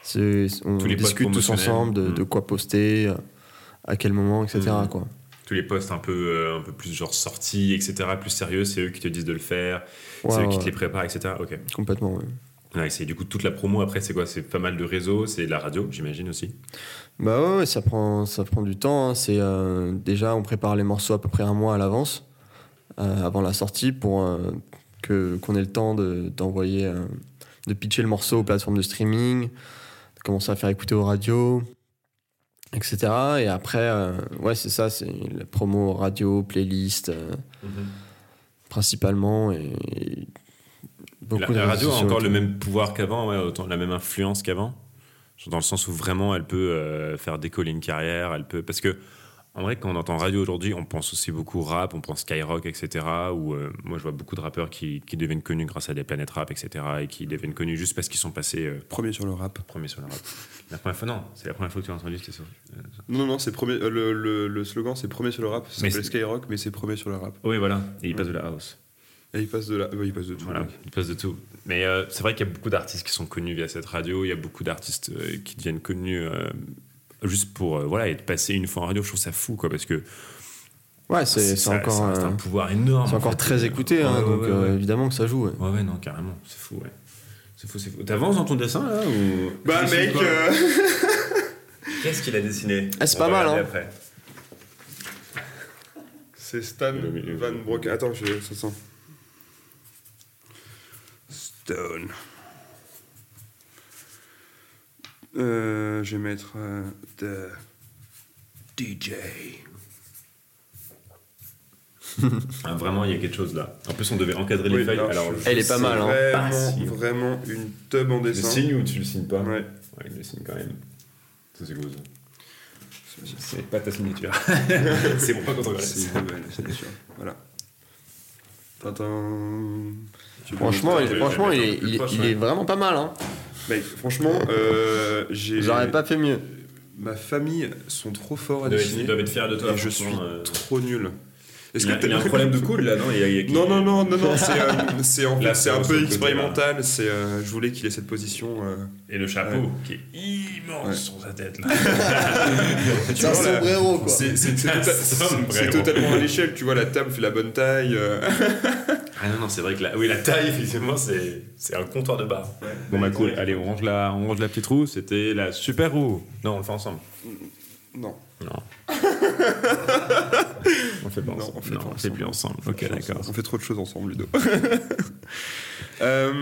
[SPEAKER 5] C'est- on
[SPEAKER 6] Tous les posts
[SPEAKER 5] discute tous
[SPEAKER 6] promotionnels.
[SPEAKER 5] ensemble de,
[SPEAKER 6] Mm.
[SPEAKER 5] de quoi poster, euh, à quel moment, etc.
[SPEAKER 6] Mm.
[SPEAKER 5] Quoi.
[SPEAKER 6] Tous les posts un peu euh, un peu plus genre sortis etc plus sérieux c'est eux qui te disent de le faire c'est
[SPEAKER 5] Ouais,
[SPEAKER 6] eux qui te
[SPEAKER 5] ouais,
[SPEAKER 6] les préparent etc ok
[SPEAKER 5] Complètement. ouais.
[SPEAKER 6] nice et du coup toute la promo après c'est quoi c'est pas mal de réseaux c'est de la radio j'imagine aussi
[SPEAKER 5] Bah ouais, ouais, ça prend, ça prend du temps. hein. C'est euh, déjà on prépare les morceaux à peu près un mois à l'avance, euh, avant la sortie, pour euh, que qu'on ait le temps de d'envoyer, euh, de pitcher le morceau aux plateformes de streaming, de commencer à faire écouter aux radios, etc. Et après, euh, ouais, c'est ça, c'est la promo radio, playlist, euh, principalement et, et
[SPEAKER 6] la,
[SPEAKER 5] beaucoup de
[SPEAKER 6] la radio
[SPEAKER 5] réseaux
[SPEAKER 6] a
[SPEAKER 5] sociaux
[SPEAKER 6] encore le
[SPEAKER 5] autour.
[SPEAKER 6] même pouvoir qu'avant, ouais, autant, la même influence qu'avant. Genre Dans le sens où vraiment elle peut euh, faire décoller une carrière, elle peut. Parce que, en vrai, quand on entend radio aujourd'hui, on pense aussi beaucoup rap, on pense skyrock, etc. Ou euh, moi, je vois beaucoup de rappeurs qui, qui deviennent connus grâce à des planètes rap, etc. Et qui deviennent connus juste parce qu'ils sont passés euh,
[SPEAKER 8] Premier sur le rap.
[SPEAKER 6] premiers sur le rap. La première fois, non, c'est la première fois que tu as entendu ce qui est sur- euh, ça.
[SPEAKER 8] Non, non, c'est premier. euh, le, le- le slogan, c'est premier sur le rap. Ça
[SPEAKER 6] Mais
[SPEAKER 8] s'appelle
[SPEAKER 6] c'est-
[SPEAKER 8] Skyrock, mais c'est premier sur le rap.
[SPEAKER 6] oh Oui, voilà. Et il passe de la house.
[SPEAKER 8] Et il passe de la. bah, il passe de tout.
[SPEAKER 6] Voilà,
[SPEAKER 8] mec.
[SPEAKER 6] il passe de tout. Mais euh, c'est vrai qu'il y a beaucoup d'artistes qui sont connus via cette radio, il y a beaucoup d'artistes euh, qui deviennent connus euh, juste pour euh, voilà, être passé une fois en radio, je trouve ça fou, quoi, parce que
[SPEAKER 5] Ouais, c'est c'est
[SPEAKER 6] ça-
[SPEAKER 5] encore,
[SPEAKER 6] ça reste
[SPEAKER 5] euh,
[SPEAKER 6] un pouvoir énorme.
[SPEAKER 5] c'est
[SPEAKER 6] en
[SPEAKER 5] encore
[SPEAKER 6] fait.
[SPEAKER 5] très écouté,
[SPEAKER 6] Ouais,
[SPEAKER 5] hein,
[SPEAKER 6] ouais,
[SPEAKER 5] donc
[SPEAKER 6] ouais,
[SPEAKER 5] euh,
[SPEAKER 6] ouais.
[SPEAKER 5] évidemment que ça joue. ouais.
[SPEAKER 6] Ouais, ouais, non, carrément. C'est fou, ouais. C'est fou, c'est fou. T'avances dans ton dessin, là ou...
[SPEAKER 1] Bah,
[SPEAKER 6] Tu dessines
[SPEAKER 1] mec,
[SPEAKER 6] quoi
[SPEAKER 1] euh,
[SPEAKER 9] Qu'est-ce qu'il a dessiné
[SPEAKER 5] Ah, c'est
[SPEAKER 9] On
[SPEAKER 5] pas
[SPEAKER 9] va
[SPEAKER 5] mal,
[SPEAKER 9] regarder
[SPEAKER 5] hein.
[SPEAKER 9] après.
[SPEAKER 1] c'est Stan Van Broek. Attends, je ça sent. Stone. Euh, je vais mettre euh, The DJ.
[SPEAKER 6] Ah, vraiment, il y a quelque chose là. En plus, on devait encadrer les
[SPEAKER 1] Oui,
[SPEAKER 6] feuilles.
[SPEAKER 1] alors,
[SPEAKER 6] Alors,
[SPEAKER 1] je-
[SPEAKER 6] je-
[SPEAKER 5] Elle est pas
[SPEAKER 1] c'est
[SPEAKER 5] mal, hein.
[SPEAKER 1] Vraiment,
[SPEAKER 6] Pas si.
[SPEAKER 1] vraiment une tub en
[SPEAKER 6] Tu le
[SPEAKER 1] dessin.
[SPEAKER 6] signes ou tu le signes pas
[SPEAKER 1] Ouais.
[SPEAKER 6] Ouais, il le signe quand même. Ça, c'est cool. ça. C'est pas ta signature. c'est moi quand on
[SPEAKER 1] C'est une nouvelle, c'est sûr. Voilà. Tintin. Tu peux
[SPEAKER 5] Franchement,
[SPEAKER 1] me
[SPEAKER 5] il,
[SPEAKER 1] faire-
[SPEAKER 5] franchement,
[SPEAKER 1] je
[SPEAKER 5] il
[SPEAKER 1] vais
[SPEAKER 5] est,
[SPEAKER 1] mettre un peu
[SPEAKER 5] il-
[SPEAKER 1] plus proche,
[SPEAKER 5] il
[SPEAKER 1] ouais.
[SPEAKER 5] est vraiment pas mal. Hein.
[SPEAKER 1] Mec, franchement, euh, j'ai.
[SPEAKER 5] J'aurais pas fait mieux.
[SPEAKER 1] Ma famille sont trop forts à
[SPEAKER 6] Ils
[SPEAKER 1] dessiner.
[SPEAKER 6] doivent être fiers de toi.
[SPEAKER 1] Et je suis
[SPEAKER 6] franchement, euh,
[SPEAKER 1] trop nul. Est-ce
[SPEAKER 6] Il y a-
[SPEAKER 1] que
[SPEAKER 6] il y a un problème de coude là, non Il y a- il y a-
[SPEAKER 1] Non, non, non, non, non, c'est euh, c'est en fait,
[SPEAKER 6] Là,
[SPEAKER 1] c'est
[SPEAKER 6] c'est
[SPEAKER 1] un
[SPEAKER 6] sur
[SPEAKER 1] peu
[SPEAKER 6] le côté,
[SPEAKER 1] expérimental. C'est, euh, je voulais qu'il ait cette position. euh.
[SPEAKER 6] Et le chapeau
[SPEAKER 1] Ouais.
[SPEAKER 6] qui est immense
[SPEAKER 1] Ouais.
[SPEAKER 6] sur sa tête là.
[SPEAKER 5] C'est un
[SPEAKER 1] vois, là,
[SPEAKER 5] sombrero, quoi.
[SPEAKER 1] C'est c'est- c'est tota-
[SPEAKER 6] Ça,
[SPEAKER 1] c'est- c'est
[SPEAKER 6] vraiment.
[SPEAKER 1] totalement à l'échelle. Tu vois, la table fait la bonne taille. euh.
[SPEAKER 6] Ah non, non, c'est vrai que la, oui, la taille, effectivement, c'est c'est un comptoir de bar. Bon, bah cool, allez, on range la, on range la petite roue, c'était la super roue. Non, on le fait ensemble.
[SPEAKER 1] Non.
[SPEAKER 6] Non. on le fait pas
[SPEAKER 1] Non,
[SPEAKER 6] ensemble.
[SPEAKER 1] on fait
[SPEAKER 6] non,
[SPEAKER 1] pas
[SPEAKER 6] on fait plus ensemble. Ok, d'accord.
[SPEAKER 1] On fait trop de choses ensemble, Ludo. Euh,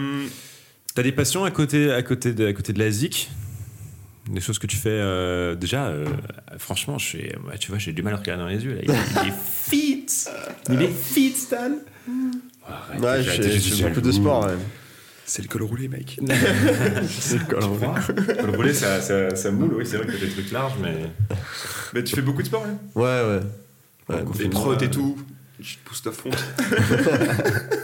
[SPEAKER 6] T'as des passions à côté, à côté, de, à côté de la ZIC des choses que tu fais euh, déjà euh, franchement je suis, ouais, tu vois j'ai du mal à le regarder dans les yeux là. Il, il est fit il est fit Stan Arrête,
[SPEAKER 5] Ouais,
[SPEAKER 6] j'ai-
[SPEAKER 5] je
[SPEAKER 6] j'ai-
[SPEAKER 5] je
[SPEAKER 6] j'ai-
[SPEAKER 5] suis beaucoup de sport. ouais.
[SPEAKER 1] C'est le col roulé, mec.
[SPEAKER 6] Le roulé, ça, ça, ça moule, oui, c'est vrai que t'as des trucs larges, mais.
[SPEAKER 1] Mais tu fais beaucoup de sport, là
[SPEAKER 5] Ouais, ouais. Ouais,
[SPEAKER 1] Des trottes et tout. euh, Je te pousse ta fonte.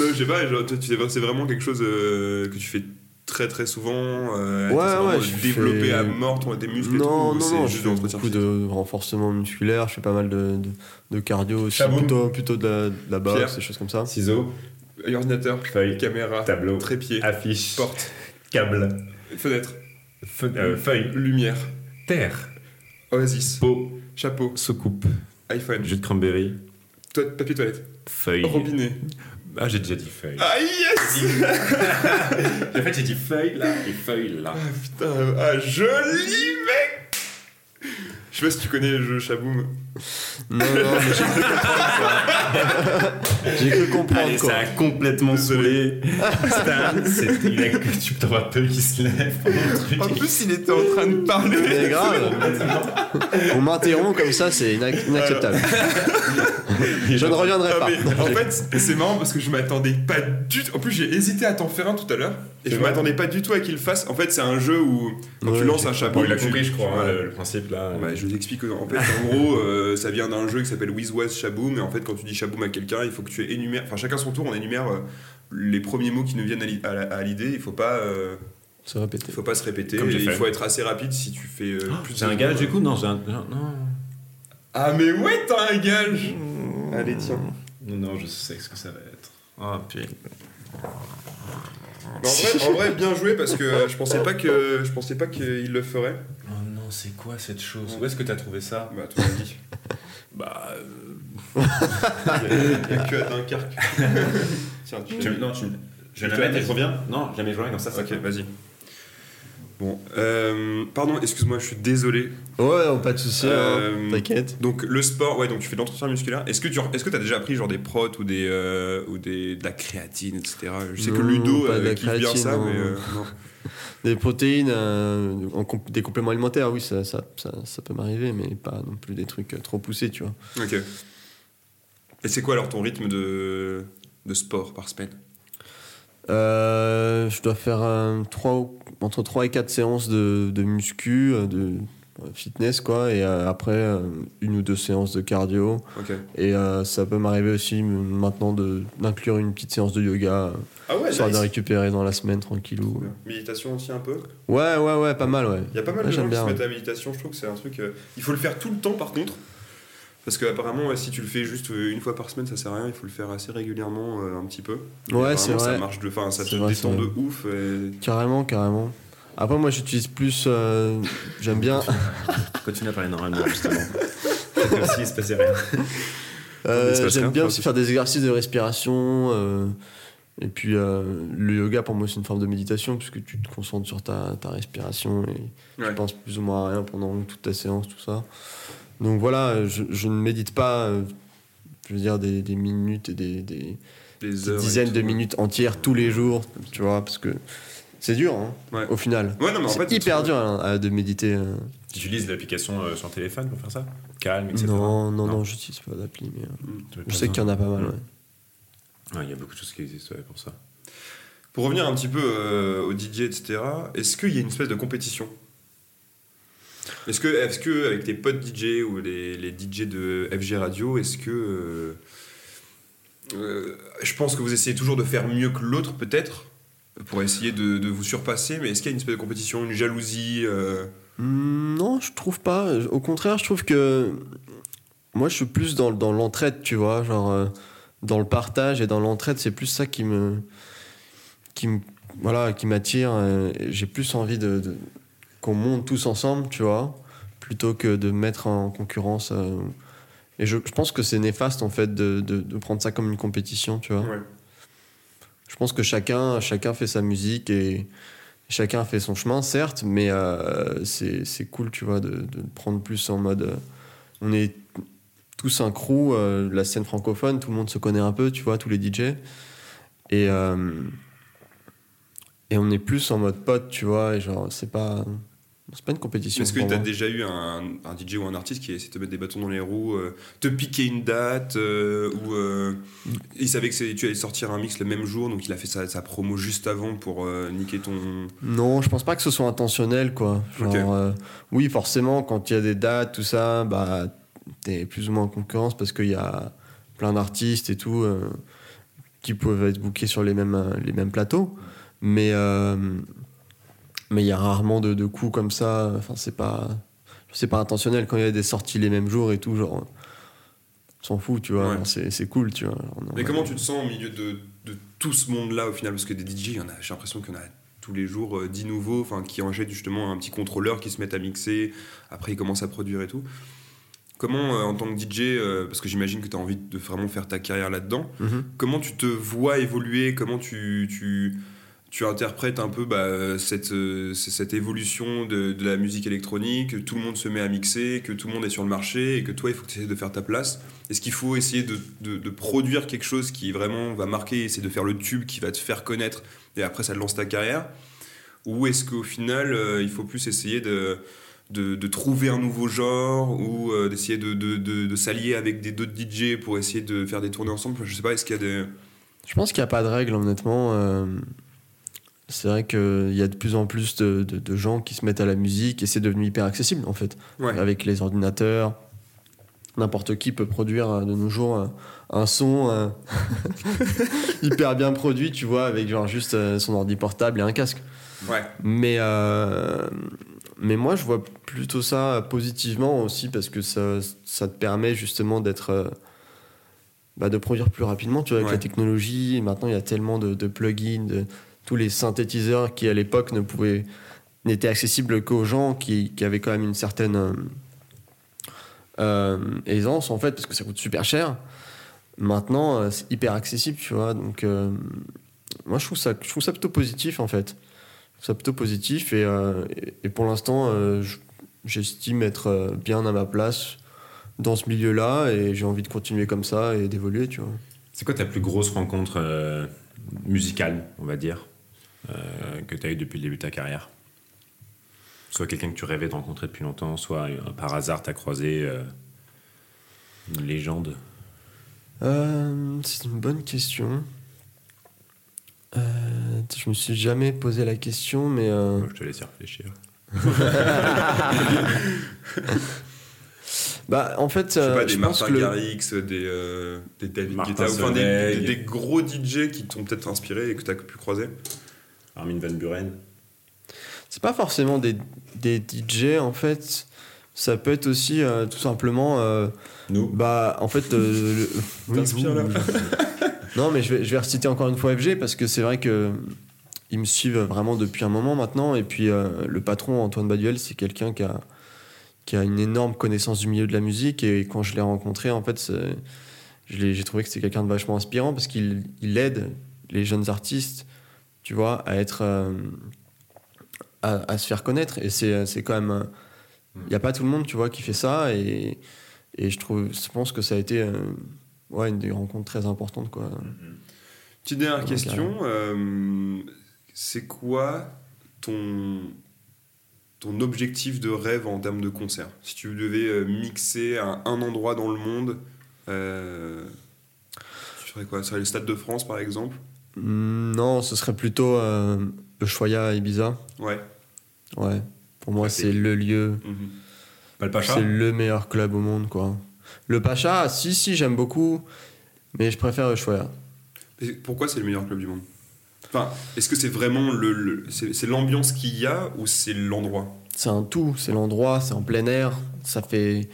[SPEAKER 1] non, je sais pas, genre, toi, tu fais- c'est vraiment quelque chose euh, que tu fais très très souvent. euh,
[SPEAKER 5] Ouais,
[SPEAKER 1] t'essaies vraiment
[SPEAKER 5] ouais,
[SPEAKER 1] de
[SPEAKER 5] je
[SPEAKER 1] Développer
[SPEAKER 5] fais-
[SPEAKER 1] à mort ton, des muscles
[SPEAKER 5] Non,
[SPEAKER 1] et tout. ou
[SPEAKER 5] non,
[SPEAKER 1] c'est
[SPEAKER 5] non, je
[SPEAKER 1] juste
[SPEAKER 5] fais
[SPEAKER 1] de l'entretien
[SPEAKER 5] beaucoup
[SPEAKER 1] physique
[SPEAKER 5] de renforcement musculaire, je fais pas mal de, de, de cardio aussi,
[SPEAKER 6] Chaboum.
[SPEAKER 5] plutôt, plutôt de la, de la boxe,
[SPEAKER 1] Pierre.
[SPEAKER 5] des choses comme ça.
[SPEAKER 6] Ciseaux,
[SPEAKER 1] Ordinateur,
[SPEAKER 6] feuille,
[SPEAKER 1] caméra,
[SPEAKER 6] tableau,
[SPEAKER 1] trépied,
[SPEAKER 6] affiche,
[SPEAKER 1] porte,
[SPEAKER 6] câble,
[SPEAKER 1] fenêtre,
[SPEAKER 6] fe- euh, feuille,
[SPEAKER 1] lumière,
[SPEAKER 6] terre,
[SPEAKER 1] oasis,
[SPEAKER 6] pot,
[SPEAKER 1] chapeau,
[SPEAKER 6] soucoupe,
[SPEAKER 1] iPhone,
[SPEAKER 6] jus de cranberry,
[SPEAKER 1] toi- papier toilette,
[SPEAKER 6] feuille.
[SPEAKER 1] robinet.
[SPEAKER 6] Ah, j'ai déjà dit feuille.
[SPEAKER 1] Ah yes
[SPEAKER 6] En fait, j'ai dit feuille là et feuille là.
[SPEAKER 1] Ah putain, ah joli mec Je sais pas si tu connais le jeu Shaboom.
[SPEAKER 5] Non, non, mais j'ai cru comprendre. ça. j'ai cru comprendre
[SPEAKER 6] Allez,
[SPEAKER 5] quoi.
[SPEAKER 6] ça a complètement saoulé. Stan, c'est- il a que tu t'en vois peu qui se lève. pendant
[SPEAKER 1] En
[SPEAKER 6] le truc.
[SPEAKER 1] plus, il était en train de parler.
[SPEAKER 5] Mais grave, on m'interrompt comme ça, c'est inac- inacceptable. je ne reviendrai
[SPEAKER 1] Ah,
[SPEAKER 5] pas.
[SPEAKER 1] mais en fait, c'est marrant parce que je m'attendais pas du tout. En plus, j'ai hésité à t'en faire un tout à l'heure et je m'attendais pas du tout à qu'il le fasse. En fait, c'est un jeu où quand
[SPEAKER 5] Ouais,
[SPEAKER 1] tu lances
[SPEAKER 5] j'ai
[SPEAKER 1] un chapeau,
[SPEAKER 6] Bon, il a
[SPEAKER 1] tu-
[SPEAKER 6] compris, je crois, hein,
[SPEAKER 1] Ouais.
[SPEAKER 6] le, le principe là.
[SPEAKER 1] Ouais, Bah, je vous explique. En fait, en gros, euh, ça vient d'un jeu qui s'appelle Wiz Was Shaboom. Et en fait, quand tu dis Shaboom à quelqu'un, il faut que tu énumères. Enfin, chacun son tour, on énumère euh, les premiers mots qui nous viennent à l'i- à la- à l'idée. Il faut pas, euh,
[SPEAKER 5] C'est répété.
[SPEAKER 1] il faut pas se répéter.
[SPEAKER 6] Comme j'ai
[SPEAKER 1] et il
[SPEAKER 6] fait.
[SPEAKER 1] faut être assez rapide si tu fais. euh, plus
[SPEAKER 6] C'est
[SPEAKER 1] de-
[SPEAKER 6] un gage du coup Non, Oh, j'ai un. Non.
[SPEAKER 1] Ah mais ouais, t'as un gage. Allez tiens.
[SPEAKER 6] Non, non, je sais ce que ça va être. Ah, puis.
[SPEAKER 1] Mais En vrai, en vrai, bien joué parce que euh, je pensais pas que je pensais pas qu'il le ferait.
[SPEAKER 6] Oh non, c'est quoi cette chose Où est-ce que t'as trouvé ça
[SPEAKER 1] Bah toi on dit.
[SPEAKER 6] Bah. euh,
[SPEAKER 1] Il y a que à Dunkerque. Tiens, tu
[SPEAKER 6] tu- non, tu.
[SPEAKER 1] Tu
[SPEAKER 6] Je vais la
[SPEAKER 1] la
[SPEAKER 6] mettre et
[SPEAKER 1] mets
[SPEAKER 6] je reviens Non, jamais je reviens comme ça, ça
[SPEAKER 1] Ok, vas-y. Bon, euh, pardon, excuse-moi, je suis désolé.
[SPEAKER 5] Ouais, non, pas de soucis, hein,
[SPEAKER 1] Euh,
[SPEAKER 5] t'inquiète.
[SPEAKER 1] Donc le sport, ouais, donc tu fais de l'entretien musculaire. Est-ce que tu est-ce que t'as déjà appris genre des protes ou des euh, ou des de la créatine, etc. Je sais que
[SPEAKER 5] Non,
[SPEAKER 1] Ludo
[SPEAKER 5] pas de la
[SPEAKER 1] euh, kiffe bien
[SPEAKER 5] créatine,
[SPEAKER 1] ça,
[SPEAKER 5] non.
[SPEAKER 1] mais euh, non.
[SPEAKER 5] Des protéines, euh, en comp- des compléments alimentaires, oui, ça, ça, ça, ça peut m'arriver, mais pas non plus des trucs euh, trop poussés, tu vois.
[SPEAKER 1] Ok. Et c'est quoi alors ton rythme de de sport par semaine
[SPEAKER 5] Euh, je dois faire euh, trois ou- entre 3 et 4 séances de, de muscu, euh, de euh, fitness, quoi, et euh, après euh, une ou deux séances de cardio.
[SPEAKER 1] Ok.
[SPEAKER 5] Et euh, ça peut m'arriver aussi m- maintenant de- d'inclure une petite séance de yoga, euh,
[SPEAKER 1] Ah ouais.
[SPEAKER 5] histoire de
[SPEAKER 1] nice.
[SPEAKER 5] récupérer dans la semaine tranquillou.
[SPEAKER 1] Méditation aussi un peu.
[SPEAKER 5] Ouais, ouais, ouais, pas mal, ouais.
[SPEAKER 1] Il y a pas mal
[SPEAKER 5] Ouais,
[SPEAKER 1] de gens qui
[SPEAKER 5] j'aime bien,
[SPEAKER 1] se
[SPEAKER 5] ouais.
[SPEAKER 1] mettent à la méditation, je trouve que c'est un truc. euh, il faut le faire tout le temps par contre. Parce que apparemment euh, si tu le fais juste euh, une fois par semaine, ça sert à rien, il faut le faire assez régulièrement, euh, un petit peu. Et
[SPEAKER 5] Ouais,
[SPEAKER 1] apparemment,
[SPEAKER 5] c'est
[SPEAKER 1] Ça
[SPEAKER 5] vrai.
[SPEAKER 1] marche de. Enfin, ça te
[SPEAKER 5] C'est vrai,
[SPEAKER 1] détend
[SPEAKER 5] c'est
[SPEAKER 1] de
[SPEAKER 5] vrai.
[SPEAKER 1] ouf. et-
[SPEAKER 5] Carrément, carrément. Après, moi, j'utilise plus. euh, J'aime bien.
[SPEAKER 10] Continue à parler normalement, justement. C'est comme s'il se passait rien.
[SPEAKER 5] Euh,
[SPEAKER 6] Il se passe rien,
[SPEAKER 5] J'aime bien
[SPEAKER 6] pas
[SPEAKER 5] aussi faire des exercices de respiration. euh, et puis, euh, le yoga, pour moi, c'est une forme de méditation, puisque tu te concentres sur ta, ta respiration et
[SPEAKER 1] Ouais.
[SPEAKER 5] tu penses plus ou moins à rien pendant toute ta séance, tout ça. Donc voilà, je, je ne médite pas, euh, je veux dire, des, des minutes et des, des-
[SPEAKER 1] Des
[SPEAKER 5] des
[SPEAKER 1] heures et
[SPEAKER 5] dizaines
[SPEAKER 1] tout. euh,
[SPEAKER 5] de minutes entières tous les jours, tu vois, parce que c'est dur, hein,
[SPEAKER 1] Ouais.
[SPEAKER 5] au final.
[SPEAKER 1] Ouais, non, mais en fait,
[SPEAKER 5] c'est hyper dur hein, à- de méditer. euh.
[SPEAKER 6] Tu utilises l'application euh, sur téléphone pour faire ça Calme, etc.
[SPEAKER 5] Non, non,
[SPEAKER 6] Non.
[SPEAKER 5] non, j'utilise pas d'appli, mais euh,
[SPEAKER 6] Tu veux pas
[SPEAKER 5] je sais
[SPEAKER 6] ça
[SPEAKER 5] qu'il y en a pas mal. ouais.
[SPEAKER 6] Ouais, Il y a beaucoup de choses qui existent ouais, pour ça.
[SPEAKER 1] Pour revenir un petit peu euh, au DJ, etc., est-ce qu'il y a une espèce de compétition Est-ce que, est que avec tes potes DJ ou les, les DJ de FG Radio, est-ce que. euh, euh, je pense que vous essayez toujours de faire mieux que l'autre, peut-être, pour essayer de, de vous surpasser, mais est-ce qu'il y a une espèce de compétition, une jalousie euh,
[SPEAKER 5] Hmm, Non, je trouve pas. Au contraire, je trouve que moi, je suis plus dans, dans l'entraide, tu vois, genre euh, dans le partage et dans l'entraide, c'est plus ça qui me qui me voilà, qui m'attire. euh, et J'ai plus envie de, de- qu'on monte tous ensemble, tu vois, plutôt que de mettre en concurrence. euh, et je, je pense que c'est néfaste en fait de, de- de prendre ça comme une compétition, tu vois.
[SPEAKER 1] Ouais.
[SPEAKER 5] Je pense que chacun, chacun fait sa musique et chacun fait son chemin, certes, mais euh, c'est c'est cool, tu vois, de, de le prendre plus en mode. euh, on est tous un crew, euh, la scène francophone, tout le monde se connaît un peu, tu vois, tous les DJ. Et, euh, et on est plus en mode pote, tu vois, et genre, c'est pas. C'est pas une compétition.
[SPEAKER 1] Est-ce que
[SPEAKER 5] pour
[SPEAKER 1] tu as
[SPEAKER 5] moi.
[SPEAKER 1] déjà eu un, un DJ ou un artiste qui a essayé de te mettre des bâtons dans les roues, euh, te piquer une date, euh, ou euh, il savait que c'est- tu allais sortir un mix le même jour, donc il a fait sa, sa promo juste avant pour euh, niquer ton.
[SPEAKER 5] Non, je pense pas que ce soit intentionnel, quoi. Genre,
[SPEAKER 1] Ok.
[SPEAKER 5] euh, oui, forcément, quand il y a des dates, tout ça, bah, t'es plus ou moins en concurrence parce qu'il y a plein d'artistes et tout euh, qui peuvent être bookés sur les mêmes, euh, les mêmes plateaux. Mais euh, mais il y a rarement de, de coups comme ça. Enfin, c'est pas c'est pas intentionnel quand il y a des sorties les mêmes jours et tout, genre. on S'en fout, tu vois,
[SPEAKER 1] Ouais.
[SPEAKER 5] Genre, c'est c'est cool, tu vois. Genre, on-
[SPEAKER 1] Mais comment tu te sens au milieu de, de tout ce monde-là au final Parce que des DJ, il y en a- j'ai l'impression qu'il y en a tous les jours euh, 10 nouveaux, enfin, qui enchaînent justement un petit contrôleur, qui se mettent à mixer, après ils commencent à produire et tout. Comment, euh, en tant que DJ, euh, parce que j'imagine que tu as envie de vraiment faire ta carrière là-dedans,
[SPEAKER 5] Mhm.
[SPEAKER 1] comment tu te vois évoluer Comment tu, tu, tu interprètes un peu bah, euh, cette, euh, c- cette évolution de, de la musique électronique Que tout le monde se met à mixer, que tout le monde est sur le marché et que toi, il faut que tu essaies de faire ta place Est-ce qu'il faut essayer de, de- de produire quelque chose qui vraiment va marquer, essayer de faire le tube qui va te faire connaître et après ça te lance ta carrière Ou est-ce qu'au final, euh, il faut plus essayer de. De, de trouver un nouveau genre ou euh, d'essayer de, de- de- de s'allier avec des d'autres DJ pour essayer de faire des tournées ensemble je sais pas est-ce qu'il y a des
[SPEAKER 5] Je pense qu'il n'y a pas de règle, honnêtement. Euh, c'est vrai qu'il y a de plus en plus de, de- de gens qui se mettent à la musique et c'est devenu hyper accessible, en fait.
[SPEAKER 1] Ouais.
[SPEAKER 5] Avec les ordinateurs, n'importe qui peut produire euh, de nos jours euh, un son euh, hyper bien produit, tu vois, avec genre juste euh, son ordi portable et un casque.
[SPEAKER 1] Ouais.
[SPEAKER 5] Mais, euh, mais moi, je vois plutôt ça positivement aussi parce que ça, ça te permet justement d'être. euh, bah, de produire plus rapidement, tu vois, avec
[SPEAKER 1] Ouais.
[SPEAKER 5] la technologie. Maintenant, il y a tellement de, de plugins, de, tous les synthétiseurs qui, à l'époque, ne pouvaient. n'étaient accessibles qu'aux gens qui, qui avaient quand même une certaine. euh, euh, aisance, en fait, parce que ça coûte super cher. Maintenant, euh, c'est hyper accessible, tu vois. Donc, euh, moi, je trouve, ça, je trouve ça plutôt positif, en fait. Je trouve ça plutôt positif. Et, euh, et- et pour l'instant, euh, je- j'estime être euh, bien à ma place dans ce milieu-là. Et j'ai envie de continuer comme ça et d'évoluer, tu vois.
[SPEAKER 6] C'est quoi ta plus grosse rencontre euh, musicale, on va dire, euh, que tu as eue depuis le début de ta carrière Soit quelqu'un que tu rêvais de rencontrer depuis longtemps, soit euh, par hasard tu as croisé euh, une légende.
[SPEAKER 5] Euh, c'est une bonne question. Euh, je me suis jamais posé la question, mais. euh,
[SPEAKER 10] Mmh.
[SPEAKER 6] Moi, je te laisse y réfléchir.
[SPEAKER 5] bah, en fait,
[SPEAKER 1] je sais
[SPEAKER 5] euh,
[SPEAKER 1] pas des
[SPEAKER 5] je pense
[SPEAKER 1] Martin
[SPEAKER 5] que le-
[SPEAKER 1] Garrix des euh, des David
[SPEAKER 6] Martin
[SPEAKER 1] Guetta enfin des,
[SPEAKER 6] Solveig.
[SPEAKER 1] des- des gros DJ qui t'ont peut-être inspiré et que t'as pu croiser
[SPEAKER 6] Armin Van Buren.
[SPEAKER 5] C'est pas forcément des, des DJ en fait. Ça peut être aussi euh, tout simplement. euh,
[SPEAKER 6] Nous.
[SPEAKER 5] Bah en fait. euh, le- oui,
[SPEAKER 1] T'inspires,
[SPEAKER 5] vous. non mais je vais, je vais reciter encore une fois FG parce que c'est vrai que. ils me suivent vraiment depuis un moment maintenant. Et puis euh, le patron, Antoine Baduel, c'est quelqu'un qui a, qui a une énorme connaissance du milieu de la musique. Et quand je l'ai rencontré, en fait, c'est- je l'ai- j'ai trouvé que c'était quelqu'un de vachement inspirant parce qu'il il aide les jeunes artistes, tu vois, à être. euh, à, à se faire connaître. Et c'est c'est quand même. Il n'y a pas tout le monde, tu vois, qui fait ça. Et, et je, trouve, je pense que ça a été. euh, Ouais, une des rencontres très importantes quoi.
[SPEAKER 1] Petite dernière
[SPEAKER 5] Donc,
[SPEAKER 1] question. euh, c'est quoi ton, ton objectif de rêve en termes de concert Si tu devais euh, mixer à un endroit dans le monde, euh, tu ferais quoi Ce serait le Stade de France, par exemple
[SPEAKER 5] Hmm, Non, ce serait plutôt euh, Ushuaia à Ibiza.
[SPEAKER 1] Ouais.
[SPEAKER 5] Ouais. Pour moi, c'est le lieu.
[SPEAKER 1] Mhm.
[SPEAKER 11] Pas le
[SPEAKER 5] C'est le meilleur club au monde, quoi. Le Pacha, si, si, j'aime beaucoup. Mais je préfère Ushuaia.
[SPEAKER 1] Et Pourquoi c'est le meilleur club du monde Enfin, est-ce que c'est vraiment le, le- c'est c'est l'ambiance qu'il y a ou c'est l'endroit
[SPEAKER 5] C'est un tout. C'est l'endroit, c'est en plein air. Ça fait.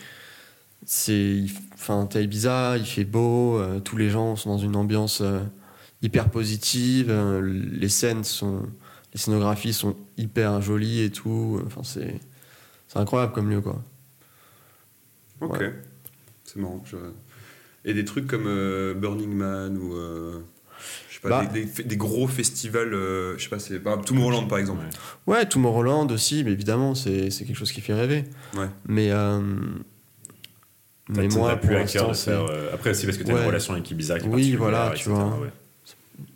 [SPEAKER 5] C'est. il- Enfin, t'es à Ibiza, il fait beau. euh, tous les gens sont dans une ambiance euh, hyper positive. euh, les scènes sont. Les scénographies sont hyper jolies et tout. Enfin, c'est. C'est incroyable comme lieu, quoi.
[SPEAKER 1] Ok.
[SPEAKER 5] Ouais.
[SPEAKER 1] C'est marrant. je- Et des trucs comme euh, Burning Man ou. euh, je sais pas,
[SPEAKER 5] Bah.
[SPEAKER 1] des, des- des gros festivals. euh, je sais pas, c'est. Bah, Tomorrowland par exemple.
[SPEAKER 5] Ouais, Tomorrowland aussi, mais évidemment, c'est c'est quelque chose qui fait rêver.
[SPEAKER 1] Ouais.
[SPEAKER 5] Mais, euh, mais moi, pour
[SPEAKER 6] plus à cœur
[SPEAKER 5] l'instant,
[SPEAKER 6] de
[SPEAKER 5] c'est-
[SPEAKER 6] faire. euh, après aussi parce que t'as
[SPEAKER 5] Ouais.
[SPEAKER 6] une relation avec Ibiza qui est
[SPEAKER 5] Oui,
[SPEAKER 6] particulière,
[SPEAKER 5] voilà, tu
[SPEAKER 6] etc.,
[SPEAKER 5] vois.
[SPEAKER 6] ouais.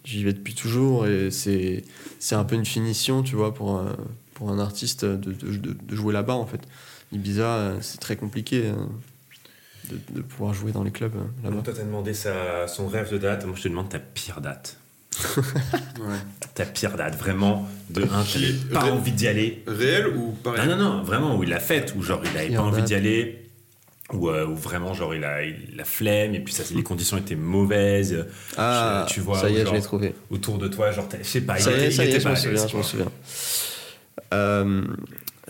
[SPEAKER 5] j'y vais depuis toujours et c'est c'est un peu une finition, tu vois, pour, un- pour un artiste de, de- de- de jouer là-bas, en fait. Ibiza, euh, c'est très compliqué euh, de, de pouvoir jouer dans les clubs euh, là-bas.
[SPEAKER 6] toi, t'as demandé sa- son rêve de date. Moi, je te demande ta pire date. Ta pire date, vraiment. De un,
[SPEAKER 1] Qui-
[SPEAKER 6] t'avais pas
[SPEAKER 5] Euh,
[SPEAKER 1] ré-
[SPEAKER 6] envie d'y aller.
[SPEAKER 1] Réel ou pareil
[SPEAKER 6] Non, non, non, vraiment, où il l'a faite, où genre il avait
[SPEAKER 5] Pire
[SPEAKER 6] pas envie
[SPEAKER 5] date.
[SPEAKER 6] d'y aller, ou euh, ou vraiment genre il a, il- la flemme, et puis ça, les conditions étaient mauvaises.
[SPEAKER 5] Ah,
[SPEAKER 6] Je- tu vois,
[SPEAKER 5] ça y est,
[SPEAKER 6] genre,
[SPEAKER 5] je l'ai trouvé.
[SPEAKER 6] Autour de toi, genre, t'as- je sais pas,
[SPEAKER 5] ça y est,
[SPEAKER 6] il
[SPEAKER 5] ça y est,
[SPEAKER 6] était
[SPEAKER 5] je
[SPEAKER 6] pas
[SPEAKER 5] m'en
[SPEAKER 6] à l'aise,
[SPEAKER 5] souviens, je
[SPEAKER 6] quoi.
[SPEAKER 5] m'en souviens. Euh,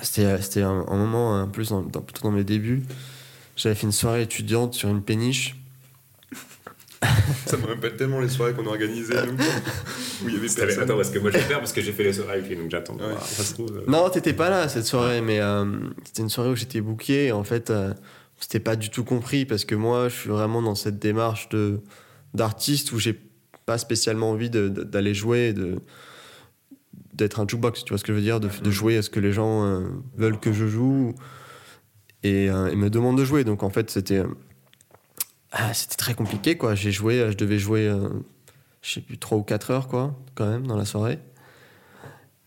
[SPEAKER 5] C'était c'était un, un moment, hein, en plus, dans, dans- plutôt dans mes débuts, j'avais fait une soirée étudiante sur une péniche.
[SPEAKER 1] Ça me rappelle tellement les soirées qu'on organisait, nous. où il y avait
[SPEAKER 6] C'était-
[SPEAKER 1] personne.
[SPEAKER 6] Attends, parce que moi je vais faire parce que j'ai fait les soirées avec lui, donc j'attends. de voir. Ça se trouve, euh,
[SPEAKER 5] Non, t'étais pas là cette soirée, mais euh, c'était une soirée où j'étais booké. Et en fait, euh, c'était pas du tout compris parce que moi, je suis vraiment dans cette démarche de d'artiste où j'ai pas spécialement envie de- de- d'aller jouer, de d'être un jukebox. Tu vois ce que je veux dire, de, de jouer à ce que les gens euh, veulent que je joue et euh, ils me demandent de jouer. Donc en fait, c'était euh, ah, c'était très compliqué quoi. J'ai joué, euh, je devais jouer, euh, je sais plus trois ou quatre heures quoi, quand même dans la soirée.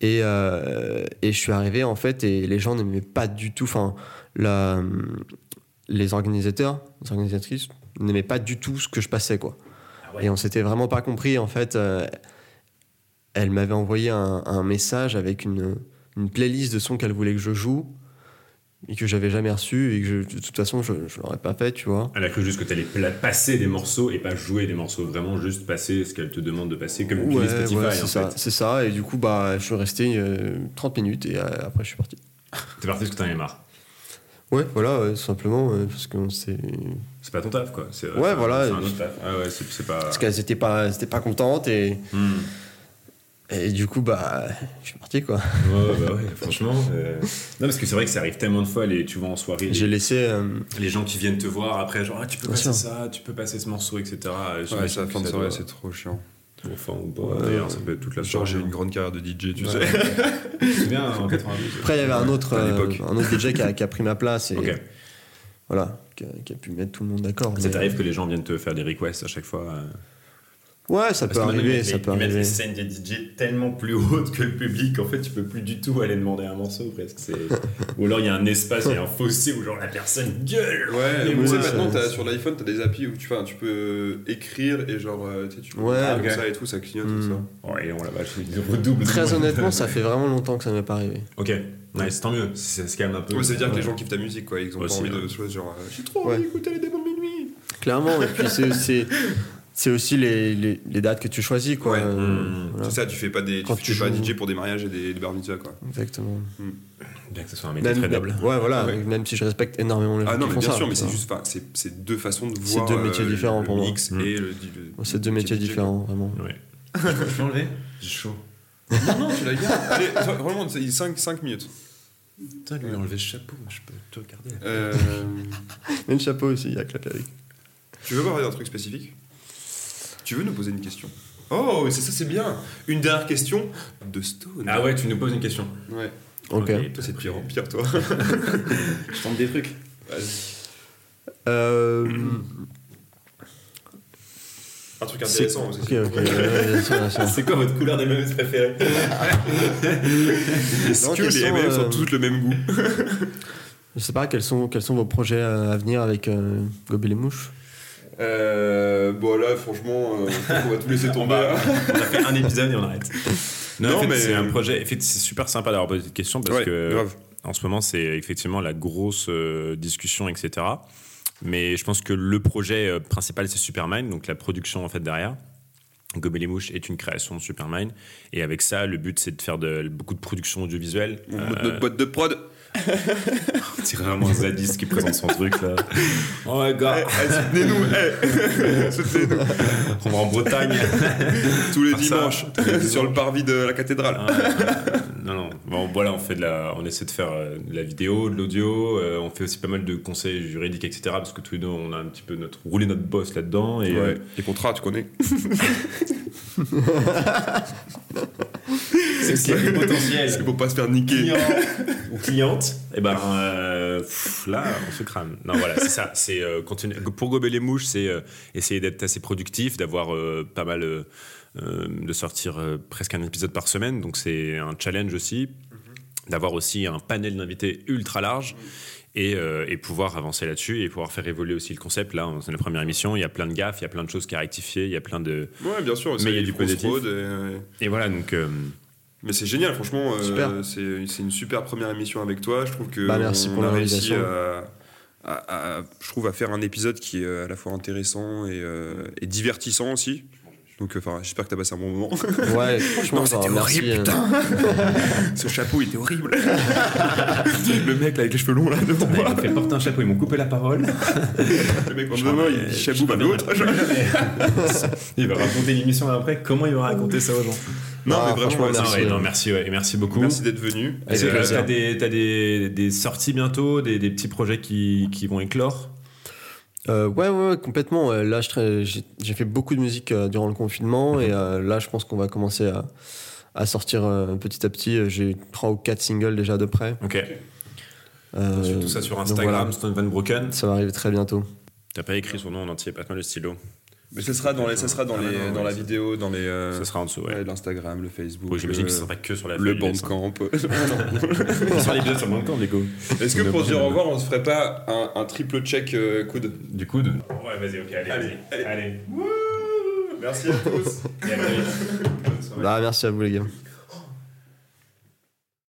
[SPEAKER 5] Et, euh, et je suis arrivé en fait et les gens n'aimaient pas du tout, enfin la- les organisateurs, les organisatrices n'aimaient pas du tout ce que je passais quoi.
[SPEAKER 6] Ah
[SPEAKER 5] Et on s'était vraiment pas compris en fait. euh, elle m'avait envoyé un, un message avec une, une playlist de sons qu'elle voulait que je joue et que j'avais jamais reçu et que je- de toute façon je, je l'aurais pas fait tu vois.
[SPEAKER 6] Elle a cru juste que t'allais pla- passer des morceaux et pas jouer des morceaux, vraiment juste passer ce qu'elle te demande de passer, comme une
[SPEAKER 5] Ouais,
[SPEAKER 6] playlist
[SPEAKER 5] ouais,
[SPEAKER 6] Spotify
[SPEAKER 5] c'est
[SPEAKER 6] en
[SPEAKER 5] ça,
[SPEAKER 6] fait.
[SPEAKER 5] c'est ça. Et du coup bah je suis resté euh, 30 minutes et euh, après je suis parti.
[SPEAKER 6] T'es parti parce que t'en avais marre.
[SPEAKER 5] Ouais voilà ouais, tout simplement euh, parce qu'on s'est
[SPEAKER 6] C'est pas ton taf quoi. C'est,
[SPEAKER 5] Ouais,
[SPEAKER 6] c'est-
[SPEAKER 5] voilà.
[SPEAKER 6] C'est un autre taf. Ah ouais, c'est, c'est pas.
[SPEAKER 5] Parce qu'elles étaient pas, c'était pas contentes et,
[SPEAKER 6] Hmm.
[SPEAKER 5] et du coup, bah, je suis parti quoi.
[SPEAKER 6] Ouais, bah ouais, franchement. euh, Non, parce que c'est vrai que ça arrive tellement de fois, les... tu vois, en soirée,
[SPEAKER 5] J'ai
[SPEAKER 6] les...
[SPEAKER 5] laissé. euh,
[SPEAKER 6] les gens qui viennent te voir après, genre, ah, tu peux
[SPEAKER 5] Bien
[SPEAKER 6] passer
[SPEAKER 5] sûr.
[SPEAKER 6] ça, tu peux passer ce morceau, etc. Euh,
[SPEAKER 1] Ouais,
[SPEAKER 6] j'imagine
[SPEAKER 1] ça,
[SPEAKER 6] que
[SPEAKER 1] fin de
[SPEAKER 6] ça
[SPEAKER 1] soirée,
[SPEAKER 6] doit-
[SPEAKER 1] c'est trop chiant.
[SPEAKER 6] Enfin, ou pas, d'ailleurs, ça peut être toute la
[SPEAKER 1] Genre,
[SPEAKER 6] soirée.
[SPEAKER 1] j'ai une grande carrière de DJ, tu sais.
[SPEAKER 6] Je me souviens, en 92.
[SPEAKER 5] Après, il y avait un autre,
[SPEAKER 1] à
[SPEAKER 5] euh,
[SPEAKER 1] l'époque.
[SPEAKER 5] un autre DJ qui a, qui a pris ma place et
[SPEAKER 6] Ok.
[SPEAKER 5] voilà, qui a, qui a pu mettre tout le monde d'accord.
[SPEAKER 6] Ça
[SPEAKER 5] mais-
[SPEAKER 6] t'arrive que les gens viennent te faire des requests à chaque fois euh,
[SPEAKER 5] Ouais, ça peut
[SPEAKER 6] Parce que maintenant,
[SPEAKER 5] arriver,
[SPEAKER 6] ils
[SPEAKER 5] ça
[SPEAKER 6] mettent-
[SPEAKER 5] peut
[SPEAKER 6] Ils mettent
[SPEAKER 5] arriver.
[SPEAKER 6] les scènes des DJ tellement plus hautes que le public. En fait, tu peux plus du tout aller demander un morceau presque. C'est- Ou alors il y a un espace, il y a un fossé où genre la personne gueule.
[SPEAKER 1] Ouais,
[SPEAKER 6] Mais
[SPEAKER 1] mais tu sais,
[SPEAKER 6] moi,
[SPEAKER 1] maintenant,
[SPEAKER 5] ça-
[SPEAKER 1] t'as- sur l'iPhone, t'as des applis où tu, enfin, tu peux euh, écrire et genre, euh, tu sais, tu peux
[SPEAKER 5] Ouais,
[SPEAKER 1] faire comme
[SPEAKER 6] ok.
[SPEAKER 1] ça et tout, ça clignote
[SPEAKER 5] Hmm.
[SPEAKER 1] tout ça.
[SPEAKER 6] Ouais, Oh, on la vache, il redouble.
[SPEAKER 5] Très honnêtement, ça fait vraiment longtemps que ça m'est pas arrivé.
[SPEAKER 6] Ok, ouais, c'est tant mieux, ça se calme un peu.
[SPEAKER 1] Ouais, ça veut dire que les gens kiffent ta musique, quoi. Ils ont
[SPEAKER 6] Aussi,
[SPEAKER 1] pas envie
[SPEAKER 6] hein.
[SPEAKER 1] de choses genre, euh, j'ai trop
[SPEAKER 5] Ouais.
[SPEAKER 1] envie d'écouter les démons de minuit.
[SPEAKER 5] Clairement, et puis c'est- c'est c'est aussi les, les, les dates que tu choisis quoi.
[SPEAKER 1] Ouais.
[SPEAKER 5] euh,
[SPEAKER 6] Mmh.
[SPEAKER 5] voilà,
[SPEAKER 1] C'est ça, tu fais pas des, tu
[SPEAKER 5] Quand
[SPEAKER 1] fais
[SPEAKER 5] tu
[SPEAKER 1] pas
[SPEAKER 5] joues.
[SPEAKER 1] DJ pour des mariages et des, des bar mitzvahs, quoi.
[SPEAKER 5] Exactement.
[SPEAKER 6] Bien que ce soit un métier très noble.
[SPEAKER 5] ouais, voilà,
[SPEAKER 1] Ouais.
[SPEAKER 5] même si je respecte énormément les gens
[SPEAKER 1] Ah non,
[SPEAKER 5] qui
[SPEAKER 1] mais
[SPEAKER 5] font
[SPEAKER 1] bien
[SPEAKER 5] ça,
[SPEAKER 1] sûr, mais
[SPEAKER 5] tu
[SPEAKER 1] c'est
[SPEAKER 5] vois.
[SPEAKER 1] juste, enfin, c'est c'est deux façons de
[SPEAKER 5] C'est
[SPEAKER 1] voir.
[SPEAKER 5] deux métiers
[SPEAKER 1] euh,
[SPEAKER 5] différents
[SPEAKER 1] le
[SPEAKER 5] pour moi.
[SPEAKER 1] mix
[SPEAKER 6] Mm.
[SPEAKER 1] et le. le-
[SPEAKER 5] C'est deux métiers
[SPEAKER 1] DJ, quoi.
[SPEAKER 5] différents, vraiment.
[SPEAKER 6] Ouais.
[SPEAKER 12] Je peux enlever J'ai chaud.
[SPEAKER 1] Non, non, tu la gardes. Allez, vraiment, 5, 5 minutes.
[SPEAKER 13] Putain, lui, il a enlevé ce chapeau. Je peux te regarder.
[SPEAKER 1] Euh,
[SPEAKER 5] Et le chapeau aussi, il y a claqué avec.
[SPEAKER 1] tu veux parler d'un truc spécifique Tu veux nous poser une question Oh, mais c'est ça, c'est bien. Une dernière question de Stone.
[SPEAKER 13] Ah ouais, tu nous poses une question.
[SPEAKER 1] Ouais.
[SPEAKER 5] Ok.
[SPEAKER 1] Toi, c'est de pire en pire, toi.
[SPEAKER 13] Je tente des trucs.
[SPEAKER 5] Euh,
[SPEAKER 1] Un truc intéressant aussi.
[SPEAKER 5] ok, ok. ouais, ouais, bien sûr, bien sûr.
[SPEAKER 13] C'est quoi votre couleur des mêmes préférée
[SPEAKER 1] Est-ce
[SPEAKER 5] Non,
[SPEAKER 1] que
[SPEAKER 5] quels
[SPEAKER 1] les
[SPEAKER 5] sont,
[SPEAKER 1] MM
[SPEAKER 5] euh,
[SPEAKER 1] sont toutes le même goût
[SPEAKER 5] Je sais pas, quels sont, quels sont vos projets euh, à venir avec euh, Gobelet Mouche
[SPEAKER 1] Euh, bon là franchement euh, je pense qu'on va tout laisser tomber. hein.
[SPEAKER 13] On a fait un épisode et on arrête.
[SPEAKER 6] Non,
[SPEAKER 1] Non,
[SPEAKER 6] en fait,
[SPEAKER 1] mais-
[SPEAKER 6] c'est
[SPEAKER 13] euh,
[SPEAKER 6] un projet. En fait, c'est super sympa d'avoir posé cette question parce
[SPEAKER 1] Ouais,
[SPEAKER 6] que
[SPEAKER 1] grave.
[SPEAKER 6] en ce moment, c'est effectivement la grosse euh, discussion, etc. Mais je pense que le projet euh, principal, c'est Supermind, donc la production en fait derrière. Gobelet Mouche est une création de Supermind. Et avec ça, le but, c'est de faire de- beaucoup de production audiovisuelle.
[SPEAKER 1] On
[SPEAKER 6] Euh,
[SPEAKER 1] monte notre boîte de prod.
[SPEAKER 13] C'est vraiment Zadis qui présente son truc là.
[SPEAKER 6] Oh my god,
[SPEAKER 1] eh, Soutenez-nous, eh. soutenez-nous
[SPEAKER 13] On va en Bretagne.
[SPEAKER 1] tous les
[SPEAKER 6] Par ça,
[SPEAKER 1] dimanches sur le parvis de la cathédrale.
[SPEAKER 6] Euh, non, non. Bon, voilà, on fait de la, on essaie de faire euh, de la vidéo, de l'audio. euh, on fait aussi pas mal de conseils juridiques, etc. Parce que tous les deux, on a un petit peu notre roulé notre boss là-dedans. Et,
[SPEAKER 1] Ouais,
[SPEAKER 6] euh,
[SPEAKER 1] Les contrats, tu connais.
[SPEAKER 13] C'est ce qui est du
[SPEAKER 1] Parce que
[SPEAKER 13] potentiel.
[SPEAKER 1] pour pas se faire niquer.
[SPEAKER 13] Client ou cliente.
[SPEAKER 6] Et ben euh, pff, là, on se crame. Non, voilà, c'est ça. C'est euh, continuer- pour gober les mouches, c'est euh, essayer d'être assez productif, d'avoir euh, pas mal euh, euh, de sortir euh, presque un épisode par semaine. Donc c'est un challenge aussi,
[SPEAKER 1] Mm-hmm.
[SPEAKER 6] d'avoir aussi un panel d'invités ultra large. Et, euh, et pouvoir avancer là-dessus et pouvoir faire évoluer aussi le concept. Là, on- c'est la première émission, il y a plein de gaffes, il y a plein de choses qui à rectifier, il y a plein de...
[SPEAKER 1] Ouais, bien sûr.
[SPEAKER 6] Mais
[SPEAKER 1] c'est
[SPEAKER 6] il y a du
[SPEAKER 1] grosse
[SPEAKER 6] positif.
[SPEAKER 1] fraude, euh,
[SPEAKER 6] Et voilà, donc... euh,
[SPEAKER 1] Mais c'est génial, franchement. euh,
[SPEAKER 5] Super.
[SPEAKER 1] c'est, c'est une super première émission avec toi. Je trouve que
[SPEAKER 5] Bah, merci
[SPEAKER 1] on
[SPEAKER 5] pour
[SPEAKER 1] a réussi
[SPEAKER 5] l'organisation.
[SPEAKER 1] à, à- à- je trouve à faire un épisode qui est euh, à la fois intéressant et, euh, et divertissant aussi. Donc, euh, enfin, j'espère que t'as passé un bon moment.
[SPEAKER 5] Ouais, franchement,
[SPEAKER 1] Non,
[SPEAKER 5] enfin,
[SPEAKER 1] c'était
[SPEAKER 5] merci.
[SPEAKER 1] horrible,
[SPEAKER 5] euh,
[SPEAKER 1] putain. Ce chapeau, il était horrible. le mec là, avec les cheveux longs là devant
[SPEAKER 13] Il
[SPEAKER 1] moi.
[SPEAKER 13] m'a fait porter un chapeau, ils m'ont coupé la parole.
[SPEAKER 1] Le mec
[SPEAKER 13] Je
[SPEAKER 1] demain,
[SPEAKER 13] crois,
[SPEAKER 1] il
[SPEAKER 13] mais-
[SPEAKER 1] dit
[SPEAKER 13] je
[SPEAKER 1] chabou
[SPEAKER 13] crois
[SPEAKER 1] bah,
[SPEAKER 13] bien.
[SPEAKER 1] l'autre.
[SPEAKER 13] Il va raconter l'émission après. Comment il va raconter ça aux gens
[SPEAKER 1] Non,
[SPEAKER 5] Ah,
[SPEAKER 1] mais vraiment,
[SPEAKER 5] franchement,
[SPEAKER 1] ouais, c'est-
[SPEAKER 5] Merci,
[SPEAKER 6] non, ouais,
[SPEAKER 5] euh.
[SPEAKER 6] non, merci, ouais, et merci beaucoup.
[SPEAKER 1] merci d'être venu. euh,
[SPEAKER 6] Est-ce
[SPEAKER 5] Avec
[SPEAKER 6] que
[SPEAKER 5] plaisir.
[SPEAKER 6] t'as des, t'as des, des sorties bientôt, des, des petits projets qui, qui vont éclore
[SPEAKER 5] Euh, ouais, ouais, ouais, complètement. Euh, Là, je tra- j'ai j'ai fait beaucoup de musique euh, durant le confinement et euh, là, je pense qu'on va commencer à, à sortir euh, petit à petit. Euh, J'ai trois ou quatre singles déjà de près.
[SPEAKER 6] Ok.
[SPEAKER 5] Euh,
[SPEAKER 6] tout ça sur
[SPEAKER 5] donc
[SPEAKER 6] Instagram,
[SPEAKER 5] voilà.
[SPEAKER 6] Stone Van Broken.
[SPEAKER 5] Ça va arriver très bientôt.
[SPEAKER 6] T'as pas écrit son nom en entier, passe-moi le stylo.
[SPEAKER 1] Mais ce sera dans, les, ça sera dans,
[SPEAKER 6] Ah,
[SPEAKER 1] les,
[SPEAKER 6] non,
[SPEAKER 1] dans
[SPEAKER 6] ouais,
[SPEAKER 1] la
[SPEAKER 6] ça-
[SPEAKER 1] vidéo, dans les. euh,
[SPEAKER 6] Ça sera en dessous, ouais.
[SPEAKER 1] ouais, L'Instagram, le Facebook.
[SPEAKER 6] Oui, J'imagine
[SPEAKER 1] le-
[SPEAKER 6] que ce sera pas que sur la
[SPEAKER 1] Le
[SPEAKER 6] feuille du
[SPEAKER 1] Bandcamp.
[SPEAKER 6] dessin. On sera les deux sur le Bandcamp, les go.
[SPEAKER 1] Est-ce que pour dire au revoir, on se ferait pas un, un triple check euh, coude
[SPEAKER 6] Du coup, de... Ouais, vas-y, ok, allez, allez. Allez.
[SPEAKER 1] Merci à tous
[SPEAKER 5] Bah, merci à vous, les gars.